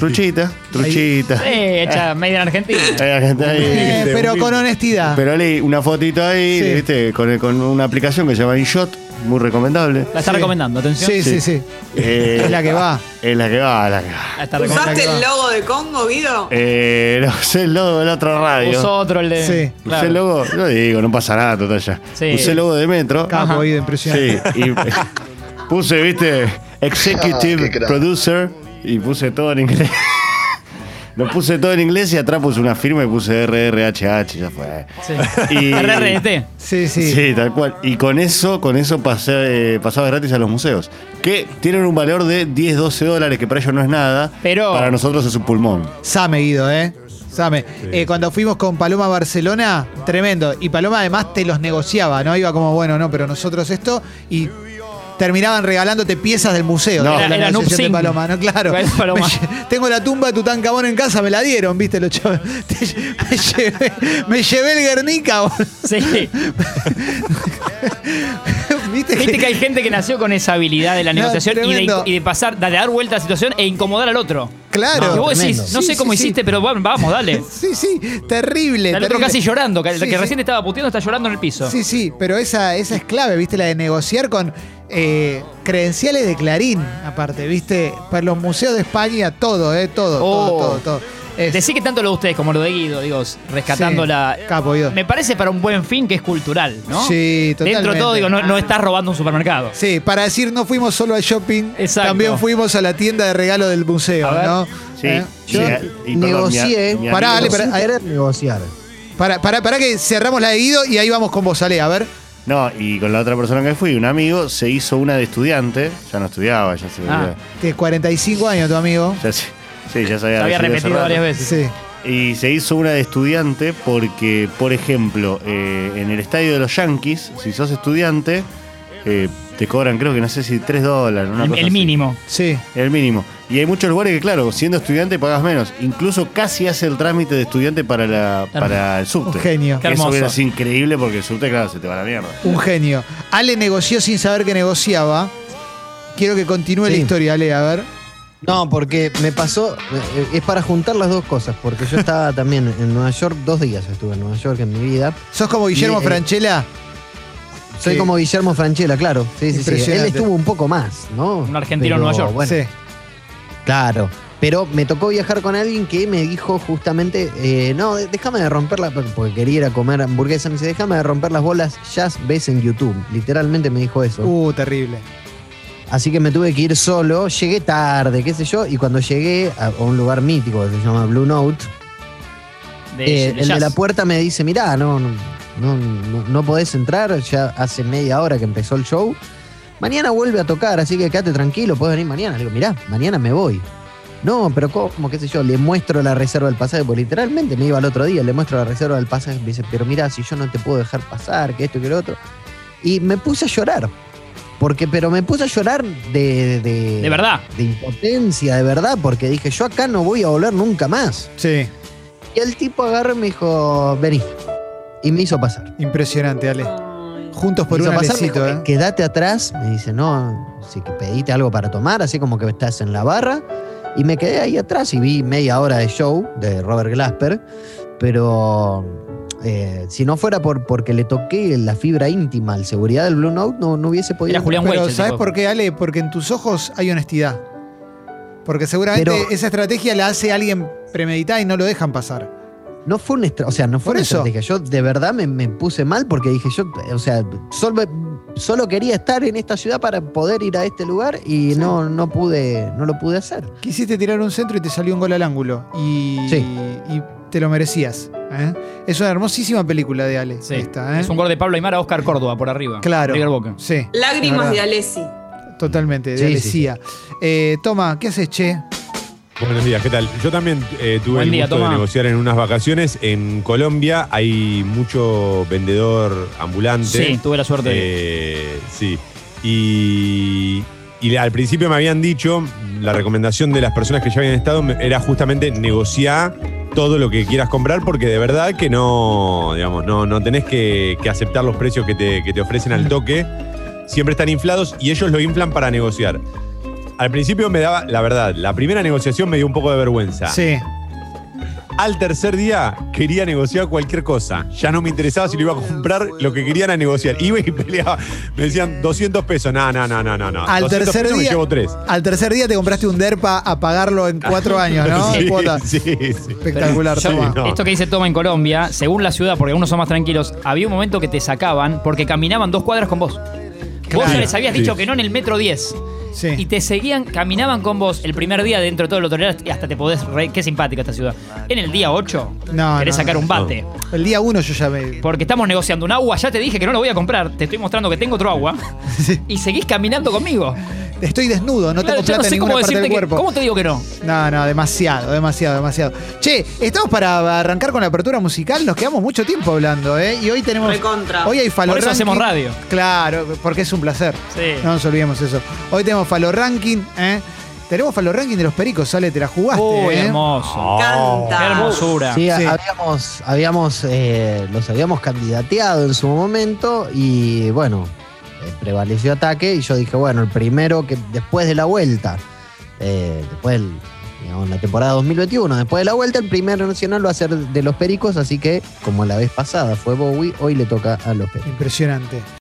Speaker 7: Truchita, truchita.
Speaker 2: Eh, hecha media en Argentina.
Speaker 7: Ahí, acá está, ahí.
Speaker 1: Eh,
Speaker 6: humilde,
Speaker 1: pero
Speaker 6: humilde.
Speaker 1: con honestidad.
Speaker 7: Pero leí una fotito ahí,
Speaker 1: Sí.
Speaker 7: ¿viste? Con, con una aplicación que se llama InShot, muy recomendable.
Speaker 2: La está
Speaker 1: Sí.
Speaker 2: recomendando, atención.
Speaker 1: sí, sí, sí,
Speaker 7: Eh,
Speaker 1: Es la que va.
Speaker 7: Es la que va, la que va.
Speaker 2: La está
Speaker 3: ¿Usaste
Speaker 2: recomendando.
Speaker 3: el logo de Congo, Guido?
Speaker 7: Eh, no sé el logo de la otra radio.
Speaker 2: Usó otro el de.
Speaker 1: Sí.
Speaker 7: Usé el logo, yo digo, no pasa nada, total ya.
Speaker 2: Sí.
Speaker 7: Usé el logo de Metro.
Speaker 1: Capo,
Speaker 2: Ajá.
Speaker 1: Guido, impresionante.
Speaker 7: Sí, y puse, viste,
Speaker 5: Ah, qué
Speaker 7: Executive
Speaker 5: crack.
Speaker 7: Producer y puse todo en inglés. Lo puse todo en inglés y atrás puse una firma y puse RRHH, ya fue.
Speaker 2: Sí.
Speaker 7: Y-
Speaker 2: RRT.
Speaker 1: Sí, sí.
Speaker 7: Sí. tal cual. Y con eso, con eso pasé, eh, pasaba gratis a los museos. Que tienen un valor de 10, 12 dólares, que para ellos no es nada.
Speaker 2: Pero-
Speaker 7: Para nosotros es un pulmón.
Speaker 1: Same, Guido, ¿eh? Same. Eh, cuando fuimos con Paloma a Barcelona, tremendo. Y Paloma además te los negociaba, ¿no? Iba como, bueno, no, pero nosotros esto. Y terminaban regalándote piezas del museo.
Speaker 7: No.
Speaker 1: de
Speaker 2: Era-
Speaker 1: la
Speaker 2: era Noob
Speaker 1: negociación de
Speaker 2: Sync.
Speaker 1: Paloma, ¿no? Claro.
Speaker 2: Era Paloma.
Speaker 1: Me lle- tengo la tumba de Tutankamón en casa, me la dieron, ¿viste? Los chavos? Te lle- me, llevé, me llevé el Guernica, boludo.
Speaker 2: Sí.
Speaker 1: ¿Viste?
Speaker 2: Viste que hay gente que nació con esa habilidad de la
Speaker 1: No,
Speaker 2: negociación y, de,
Speaker 1: tremendo.
Speaker 2: y de pasar, de dar vuelta a la situación e incomodar al otro.
Speaker 1: Claro.
Speaker 2: Que vos
Speaker 4: Tremendo.
Speaker 2: decís, no
Speaker 1: Sí,
Speaker 2: sé
Speaker 1: sí,
Speaker 2: cómo
Speaker 1: sí.
Speaker 2: hiciste, pero va- vamos, dale.
Speaker 1: Sí, sí, terrible.
Speaker 2: El otro
Speaker 1: terrible.
Speaker 2: casi llorando, que- el
Speaker 1: Sí,
Speaker 2: que
Speaker 1: sí.
Speaker 2: recién te estaba puteando está llorando en el piso.
Speaker 1: Sí, sí, pero esa, esa es clave, ¿viste? La de negociar con eh, credenciales de Clarín, aparte, ¿viste? Para los museos de España, todo, ¿eh? Todo,
Speaker 2: Oh.
Speaker 1: todo, todo, todo. Es-
Speaker 2: Decí que tanto lo de ustedes como lo de Guido, digo, rescatando
Speaker 1: Sí,
Speaker 2: la.
Speaker 1: capo, Guido.
Speaker 2: Me parece para un buen fin que es cultural, ¿no?
Speaker 1: Sí,
Speaker 2: Dentro de todo,
Speaker 1: totalmente.
Speaker 2: digo, no, no estás robando un supermercado.
Speaker 1: Sí, para decir no fuimos solo al shopping,
Speaker 2: Exacto.
Speaker 1: también fuimos a la tienda de regalo del museo,
Speaker 2: A ver.
Speaker 1: ¿no?
Speaker 7: Sí.
Speaker 1: ¿Eh?
Speaker 7: Sí,
Speaker 1: Yo-
Speaker 7: y perdón, mi a-
Speaker 4: negocié.
Speaker 7: mi
Speaker 1: Pará,
Speaker 7: amigo-
Speaker 1: Ale, pará.
Speaker 4: sin querer negociar.
Speaker 1: Para, para, para que cerramos la de Guido y ahí vamos con vos, Ale, a ver.
Speaker 7: No, y con la otra persona que fui, un amigo, se hizo una de estudiante. Ya no estudiaba, ya se
Speaker 2: Ah.
Speaker 1: Tiene 45 años tu amigo.
Speaker 7: ya se- sí, ya se había,
Speaker 2: Lo había
Speaker 7: recibido hace
Speaker 2: repetido
Speaker 7: rato.
Speaker 2: varias veces.
Speaker 1: Sí.
Speaker 7: Y se hizo una de estudiante porque, por ejemplo, eh, en el estadio de los Yankees, si sos estudiante, eh, te cobran, creo que no sé si 3 dólares. una
Speaker 2: El,
Speaker 7: cosa
Speaker 2: el
Speaker 7: así.
Speaker 2: mínimo.
Speaker 1: Sí.
Speaker 7: El mínimo. Y hay muchos lugares que, claro, siendo estudiante pagas menos. Incluso casi hace el trámite de estudiante para, la, para el subte.
Speaker 1: Un genio.
Speaker 2: Qué
Speaker 7: Que Eso
Speaker 2: hermoso.
Speaker 7: es increíble porque el subte, claro, se te va a la mierda.
Speaker 1: Un genio. Ale negoció sin saber que negociaba. Quiero que continúe la
Speaker 4: Sí.
Speaker 1: historia, Ale, a ver.
Speaker 4: No, porque me pasó, eh, es para juntar las dos cosas, porque yo estaba también en Nueva York, dos días estuve en Nueva York en mi vida.
Speaker 1: ¿Sos como Guillermo
Speaker 4: Y, eh,
Speaker 1: Franchella?
Speaker 4: Soy
Speaker 1: Sí.
Speaker 4: como Guillermo Franchella, claro. Sí, sí, sí. Él
Speaker 1: Impresionante.
Speaker 4: estuvo un poco más, ¿no?
Speaker 2: Un argentino en
Speaker 4: Pero,
Speaker 2: Nueva York.
Speaker 4: bueno,
Speaker 1: Sí.
Speaker 4: Claro. Pero me tocó viajar con alguien que me dijo justamente, eh, no, de- déjame de romperla, porque quería ir a comer hamburguesa. Me dice, déjame de romper las bolas, ya ves en YouTube. Literalmente me dijo eso.
Speaker 1: Uh, terrible.
Speaker 4: Así que me tuve que ir solo, llegué tarde, qué sé yo, y cuando llegué a a un lugar mítico que se llama Blue Note,
Speaker 2: De,
Speaker 4: eh,
Speaker 2: de
Speaker 4: el de
Speaker 2: jazz.
Speaker 4: la puerta me dice, mirá, no, no, no, no- no podés entrar, ya hace media hora que empezó el show, mañana vuelve a tocar, así que quédate tranquilo, podés venir mañana. Le digo, mirá, mañana me voy. No, pero ¿cómo? ¿Qué sé yo? Le muestro la reserva del pasaje, porque literalmente me iba al otro día, le muestro la reserva del pasaje, me dice, pero mirá, si yo no te puedo dejar pasar, que esto, que lo otro. Y me puse a llorar. Porque, pero me puse a llorar de- de,
Speaker 2: De verdad.
Speaker 4: de impotencia, de verdad, porque dije, yo acá no voy a volver nunca más.
Speaker 1: Sí.
Speaker 4: Y el tipo agarró y me dijo, vení. Y me hizo pasar.
Speaker 1: Impresionante, Ale.
Speaker 3: Ay.
Speaker 1: Juntos por
Speaker 4: me
Speaker 1: un
Speaker 4: hizo pasar, me
Speaker 1: alecito,
Speaker 4: dijo,
Speaker 1: ¿eh?
Speaker 4: quédate atrás. Me dice, no, si que pediste algo para tomar, así como que estás en la barra. Y me quedé ahí atrás y vi media hora de show de Robert Glasper. Pero eh, si no fuera por, porque le toqué la fibra íntima al seguridad del Blue Note, no, no hubiese podido.
Speaker 2: Era Julián
Speaker 1: Pero
Speaker 2: Weich, el
Speaker 1: ¿sabes
Speaker 2: tipo.
Speaker 1: por qué, Ale? Porque en tus ojos hay honestidad. Porque seguramente
Speaker 4: Pero-
Speaker 1: esa estrategia la hace alguien premeditada y no lo dejan pasar.
Speaker 4: No fue una estra- o sea, no fue
Speaker 1: Por
Speaker 4: una
Speaker 1: eso.
Speaker 4: estrategia. Yo de verdad me, me puse mal porque dije, yo, o sea, solo, solo quería estar en esta ciudad para poder ir a este lugar y no, no pude, no lo pude hacer.
Speaker 1: Quisiste tirar un centro y te salió un gol al ángulo. Y,
Speaker 4: Sí.
Speaker 1: y te lo merecías. ¿eh? Es una hermosísima película de Ale.
Speaker 2: Sí.
Speaker 1: esta, ¿eh?
Speaker 2: Es un gol de Pablo Aymar a Oscar Córdoba por arriba.
Speaker 1: Claro.
Speaker 2: River Boca.
Speaker 1: Sí.
Speaker 3: Lágrimas
Speaker 1: Es
Speaker 3: de
Speaker 1: verdad.
Speaker 3: Alessi.
Speaker 1: Totalmente, de
Speaker 4: Sí, sí,
Speaker 1: Alesía. Eh, toma, ¿qué haces, che?
Speaker 6: Buenos días, ¿qué tal? Yo también eh, tuve
Speaker 2: Buen
Speaker 6: el
Speaker 2: día,
Speaker 6: gusto
Speaker 2: Tomá.
Speaker 6: de negociar en unas vacaciones. En Colombia hay mucho vendedor ambulante.
Speaker 2: Sí, tuve la suerte. de-
Speaker 6: Eh, sí. Y, y al principio me habían dicho, la recomendación de las personas que ya habían estado me- era justamente negociar todo lo que quieras comprar porque de verdad que no, digamos, no, no tenés que, que aceptar los precios que te, que te ofrecen al toque. Siempre están inflados y ellos lo inflan para negociar. Al principio me daba, la verdad, la primera negociación me dio un poco de vergüenza.
Speaker 2: Ah.
Speaker 1: Sí.
Speaker 6: Al tercer día quería negociar cualquier cosa. Ya no me interesaba si lo iba a comprar, lo que querían a negociar. Iba y peleaba. Me decían 200 pesos. No, no, no, no, no.
Speaker 2: Ah,
Speaker 6: no.
Speaker 1: Al
Speaker 6: 200
Speaker 1: tercer
Speaker 6: pesos
Speaker 1: día-
Speaker 6: Me llevo tres.
Speaker 1: Al tercer día te compraste un derpa a pagarlo en cuatro años, ¿no?
Speaker 6: Sí,
Speaker 1: Cuota.
Speaker 6: sí, sí.
Speaker 1: Espectacular,
Speaker 6: Sí,
Speaker 1: toma.
Speaker 6: no.
Speaker 2: Esto que dice Toma en Colombia, según la ciudad, porque algunos son más tranquilos, había un momento que te sacaban porque caminaban dos cuadras con vos. Vos
Speaker 1: Claro.
Speaker 2: ya les habías
Speaker 6: Sí.
Speaker 2: dicho que no en el metro 10.
Speaker 1: Sí.
Speaker 2: Y te seguían, caminaban con vos el primer día dentro de todo el otro día, y hasta te podés reír. Qué simpática esta ciudad. En el día 8,
Speaker 1: No,
Speaker 2: querés
Speaker 1: no,
Speaker 2: sacar
Speaker 1: no.
Speaker 2: un bate.
Speaker 1: El día uno yo ya me.
Speaker 2: Porque estamos negociando un agua, ya te dije que no lo voy a comprar, te estoy mostrando que tengo otro agua. Y seguís caminando conmigo.
Speaker 1: Estoy desnudo, no tengo
Speaker 2: Claro, yo
Speaker 1: plata
Speaker 2: no
Speaker 1: en
Speaker 2: sé
Speaker 1: ninguna
Speaker 2: cómo
Speaker 1: parte
Speaker 2: decirte
Speaker 1: del
Speaker 2: que.
Speaker 1: cuerpo.
Speaker 2: ¿Cómo te digo que no?
Speaker 1: No, no, demasiado, demasiado, demasiado. Che, estamos para arrancar con la apertura musical, nos quedamos mucho tiempo hablando, ¿eh? Y hoy tenemos.
Speaker 3: Recontra.
Speaker 1: Hoy hay Falo
Speaker 2: Por eso
Speaker 1: Ranking.
Speaker 2: hacemos radio.
Speaker 1: Claro, porque es un placer.
Speaker 2: Sí.
Speaker 1: No nos olvidemos eso. Hoy tenemos Falo Ranking, ¿eh? Tenemos Falo Ranking de los pericos, sale, te la jugaste.
Speaker 2: Uy,
Speaker 1: ¿eh?
Speaker 2: hermoso. Oh, Qué
Speaker 3: Canta.
Speaker 2: hermosura.
Speaker 4: Sí,
Speaker 1: Sí.
Speaker 4: habíamos, habíamos eh, los habíamos candidateado en su momento y bueno, eh, prevaleció ataque y yo dije, bueno, el primero que después de la vuelta, eh, después del- digamos, la temporada 2021, después de la vuelta, el primer nacional va a ser de los Pericos, así que como la vez pasada fue Bowie, hoy le toca a los Pericos.
Speaker 1: Impresionante.